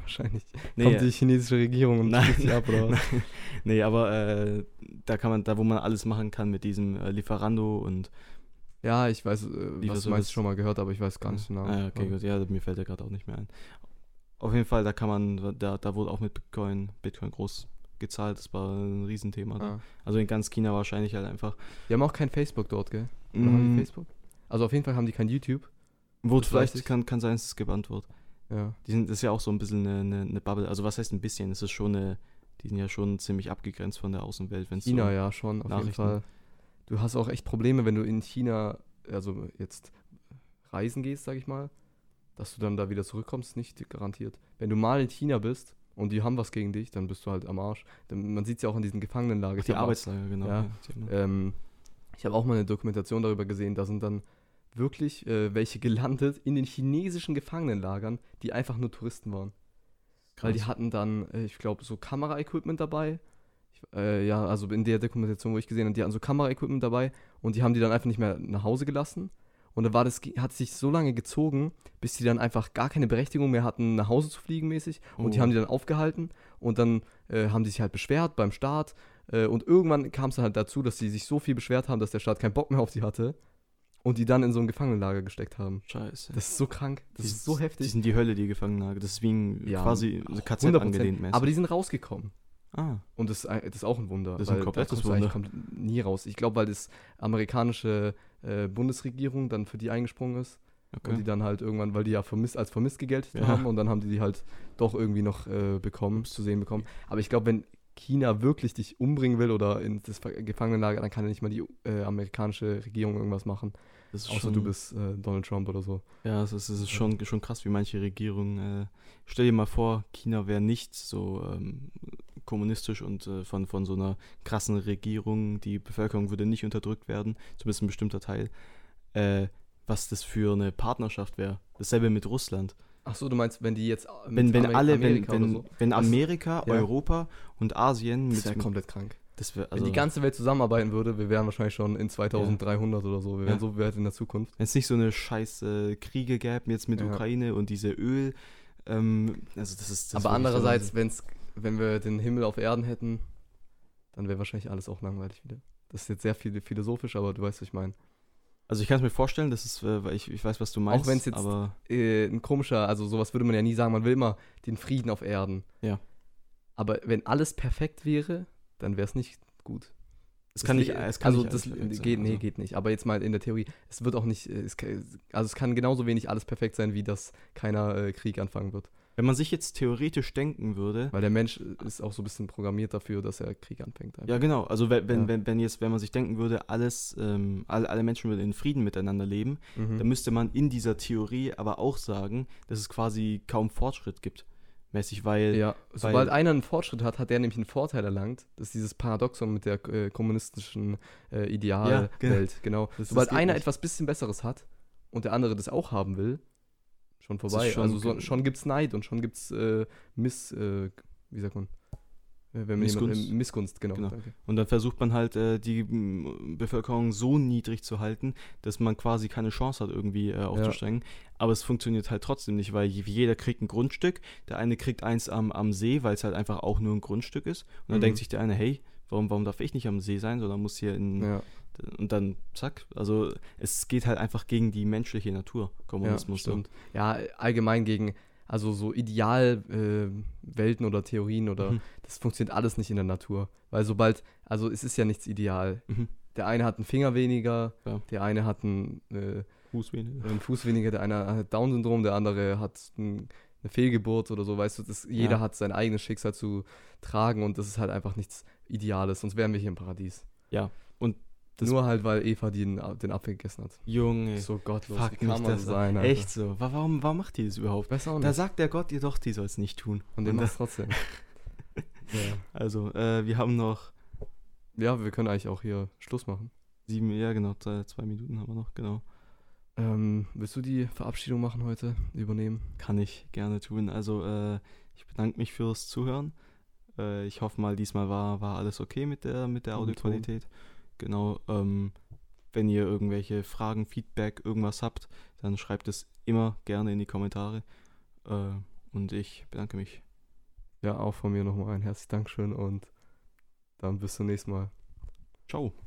S1: Wahrscheinlich.
S2: nee,
S1: Kommt die chinesische Regierung und
S2: Nein.
S1: schießt die ab, oder was?
S2: nee, aber äh, da kann man, da wo man alles machen kann mit diesem äh, Lieferando und.
S1: Ja, ich weiß, äh, was du
S2: Lieferservice.
S1: meinst, schon mal gehört, aber ich weiß gar nicht den Namen.
S2: Ah, okay,
S1: Aber-
S2: gut. Ja, mir fällt der gerade auch nicht mehr ein. Auf jeden Fall, da kann man, da, da wurde auch mit Bitcoin, Bitcoin groß gezahlt. Das war ein Riesenthema. Da.
S1: Ah.
S2: Also in ganz China wahrscheinlich halt einfach.
S1: Die haben auch kein Facebook dort, gell? Oder haben die
S2: Mm,
S1: Facebook? Also auf jeden Fall haben die kein YouTube.
S2: Wurde
S1: Das weiß
S2: vielleicht,
S1: ich.
S2: kann, kann sein, dass es gebannt wird.
S1: Ja.
S2: Die sind, das ist ja auch so ein bisschen eine, eine, eine Bubble. Also was heißt ein bisschen? Es ist schon eine, die sind ja schon ziemlich abgegrenzt von der Außenwelt, wenn es
S1: China,
S2: so,
S1: ja, schon, auf jeden
S2: Nachrichten.
S1: Fall. Du hast auch echt Probleme, wenn du in China, also jetzt reisen gehst, sag ich mal, dass du dann da wieder zurückkommst, nicht garantiert. Wenn du mal in China bist und die haben was gegen dich, dann bist du halt am Arsch. Denn man sieht es ja auch in diesen Gefangenenlager.
S2: Ach,
S1: Ich
S2: die
S1: hab mal-
S2: Arbeitslager, genau.
S1: Ja.
S2: die haben-
S1: Ähm, ich habe auch mal eine Dokumentation darüber gesehen, da sind dann wirklich äh, welche gelandet in den chinesischen Gefangenenlagern, die einfach nur Touristen waren. Weil die
S2: krass.
S1: hatten dann, äh, ich glaube, so Kameraequipment dabei. Ich, äh, ja, also in der Dokumentation, wo ich gesehen habe, die hatten so Kameraequipment dabei und die haben die dann einfach nicht mehr nach Hause gelassen. Und da war das, ge- hat sich so lange gezogen, bis die dann einfach gar keine Berechtigung mehr hatten, nach Hause zu fliegen mäßig. Und die
S2: Oh.
S1: haben die dann aufgehalten und dann äh, haben die sich halt beschwert beim Staat. Äh, und irgendwann kam es dann halt dazu, dass die sich so viel beschwert haben, dass der Staat keinen Bock mehr auf die hatte und die dann in so ein Gefangenenlager gesteckt haben.
S2: Scheiße.
S1: Das ist so krank, das
S2: Die-
S1: ist so
S2: Die
S1: heftig.
S2: sind die Hölle, die Gefangenenlager. Das ist wie ein
S1: Ja,
S2: quasi so KZ
S1: 100%.
S2: halt angelehnt mäßig.
S1: Aber die sind rausgekommen.
S2: ah,
S1: Und das, ist ein- das ist auch ein Wunder.
S2: Das ist ein
S1: weil da
S2: komplettes
S1: kommst du eigentlich
S2: Wunder.
S1: komplett nie raus. Ich glaube, weil das amerikanische äh, Bundesregierung dann für die eingesprungen ist
S2: okay.
S1: und die dann halt irgendwann, weil die ja vermisst, als vermisst gegeltet
S2: Ja.
S1: haben und dann haben die die halt doch irgendwie noch äh, bekommen, zu sehen bekommen. Aber ich glaube, wenn China wirklich dich umbringen will oder in das Ver- Gefangenenlager, dann kann ja nicht mal die äh, amerikanische Regierung irgendwas machen.
S2: das ist
S1: Außer
S2: schon,
S1: du bist äh, Donald Trump oder so.
S2: Ja, es ist, es ist schon, schon krass, wie manche Regierungen. Äh, stell dir mal vor, China wäre nicht so ähm, kommunistisch und äh, von, von so einer krassen Regierung, die Bevölkerung würde nicht unterdrückt werden, zumindest ein bestimmter Teil. Äh, was das für eine Partnerschaft wäre. Dasselbe mit Russland.
S1: Ach so, du meinst, wenn die jetzt äh, mit
S2: Wenn, wenn
S1: Ameri-
S2: alle,
S1: Amerika
S2: wenn, wenn,
S1: oder so,
S2: wenn
S1: Das-
S2: Amerika,
S1: ja.
S2: Europa und Asien
S1: das wäre
S2: mit.
S1: komplett krank.
S2: Das wär,
S1: wenn
S2: also,
S1: die ganze Welt zusammenarbeiten würde, wir wären wahrscheinlich schon in 2300 oder so. Wir wären
S2: Ja.
S1: so weit in der Zukunft.
S2: wenn es nicht so eine scheiß äh, Kriege gäbe, jetzt mit
S1: Ja.
S2: Ukraine und diese Öl. Ähm, also das ist das
S1: Aber
S2: ist wirklich so-
S1: andererseits, wenn's, wenn wir den Himmel auf Erden hätten, dann wäre wahrscheinlich alles auch langweilig wieder. Das ist jetzt sehr viel philosophisch, aber du weißt, was ich meine.
S2: Also ich kann es mir vorstellen, das ist, äh, weil ich, ich weiß, was du meinst.
S1: wenn's jetzt-
S2: Aber
S1: äh, ein komischer, also sowas würde man ja nie sagen, man will immer den Frieden auf Erden.
S2: Ja.
S1: Aber wenn alles perfekt wäre, dann wäre es nicht gut.
S2: es kann nicht.
S1: li-
S2: Es kann
S1: also
S2: nicht
S1: das
S2: alles perfekt sein,
S1: geht, nee,
S2: also.
S1: geht nicht. Aber jetzt mal in der Theorie, es wird auch nicht, äh, es, kann- also es kann genauso wenig alles perfekt sein, wie dass keiner äh, Krieg anfangen wird.
S2: Wenn man sich jetzt theoretisch denken würde,
S1: Weil der Mensch ist auch so ein bisschen programmiert dafür, dass er Krieg anfängt. einfach.
S2: ja genau, also wenn, wenn,
S1: Ja.
S2: wenn, wenn jetzt, wenn man sich denken würde, alles, ähm, alle, alle Menschen würden in Frieden miteinander leben,
S1: Mhm.
S2: dann müsste man in dieser Theorie aber auch sagen, dass es quasi kaum Fortschritt gibt. Mäßig, weil
S1: Ja,
S2: weil-
S1: sobald einer einen Fortschritt hat, hat der nämlich einen Vorteil erlangt. Das ist dieses Paradoxon mit der äh, kommunistischen äh, Idealwelt.
S2: genau.
S1: genau.
S2: das
S1: sobald
S2: geht
S1: einer
S2: nicht.
S1: etwas bisschen Besseres hat und der andere das auch haben will, schon
S2: ist
S1: vorbei.
S2: schon
S1: also so,
S2: ge-
S1: schon gibt's Neid und schon gibt's äh, Miss, äh, wie sagt man? Äh, Wenn man jemand-
S2: Missgunst.
S1: äh, Missgunst, genau.
S2: Genau.
S1: Danke.
S2: Und dann versucht man halt, äh, die mm, Bevölkerung so niedrig zu halten, dass man quasi keine Chance hat, irgendwie äh, aufzusteigen. Aber es funktioniert halt trotzdem nicht, weil je- jeder kriegt ein Grundstück. Der eine kriegt eins am, am See, weil es halt einfach auch nur ein Grundstück ist. Und dann
S1: Mhm.
S2: denkt sich der eine, hey, warum, warum darf ich nicht am See sein, sondern muss hier in.
S1: Ja,
S2: Und dann zack. Also es geht halt einfach gegen die menschliche Natur,
S1: ja,
S2: Kommunismus. so.
S1: stimmt. Ja, allgemein gegen, also so Idealwelten äh, Welten oder Theorien oder
S2: Mhm.
S1: das funktioniert alles nicht in der Natur. Weil sobald, also es ist ja nichts ideal.
S2: Mhm.
S1: Der eine hat einen Finger weniger,
S2: Ja.
S1: der eine hat einen, äh,
S2: Fußwähne.
S1: einen Fuß weniger, der eine hat Down-Syndrom, der andere hat ein, eine Fehlgeburt oder so, weißt du, das, jeder
S2: Ja.
S1: hat sein eigenes Schicksal zu tragen und das ist halt einfach nichts Ideales, sonst wären wir hier im Paradies.
S2: Ja, und das-
S1: Nur halt, weil Eva den, den Apfel gegessen hat.
S2: Junge.
S1: So gottlos,
S2: Fuck mich das
S1: sein, Alter?
S2: Echt so. Wa- Warum, warum macht ihr das überhaupt?
S1: Besser auch
S2: Da
S1: nicht.
S2: sagt der Gott, ihr doch, die soll es nicht tun.
S1: und den
S2: und
S1: macht's trotzdem. ja.
S2: Also, äh, wir haben noch
S1: ja, wir können eigentlich auch hier Schluss machen.
S2: sieben, ja genau, zwei, zwei Minuten haben wir noch, genau.
S1: Ähm, willst du die Verabschiedung machen heute? Übernehmen?
S2: Kann ich gerne tun. Also, äh, ich bedanke mich fürs Zuhören. Äh, ich hoffe mal, diesmal war, war alles okay mit der, mit der
S1: Mit dem Ton.
S2: Audioqualität. Genau, ähm, wenn ihr irgendwelche Fragen, Feedback, irgendwas habt, dann schreibt es immer gerne in die Kommentare. Äh, und ich bedanke mich.
S1: Ja, auch von mir nochmal ein herzliches Dankeschön und dann bis zum nächsten Mal.
S2: Ciao.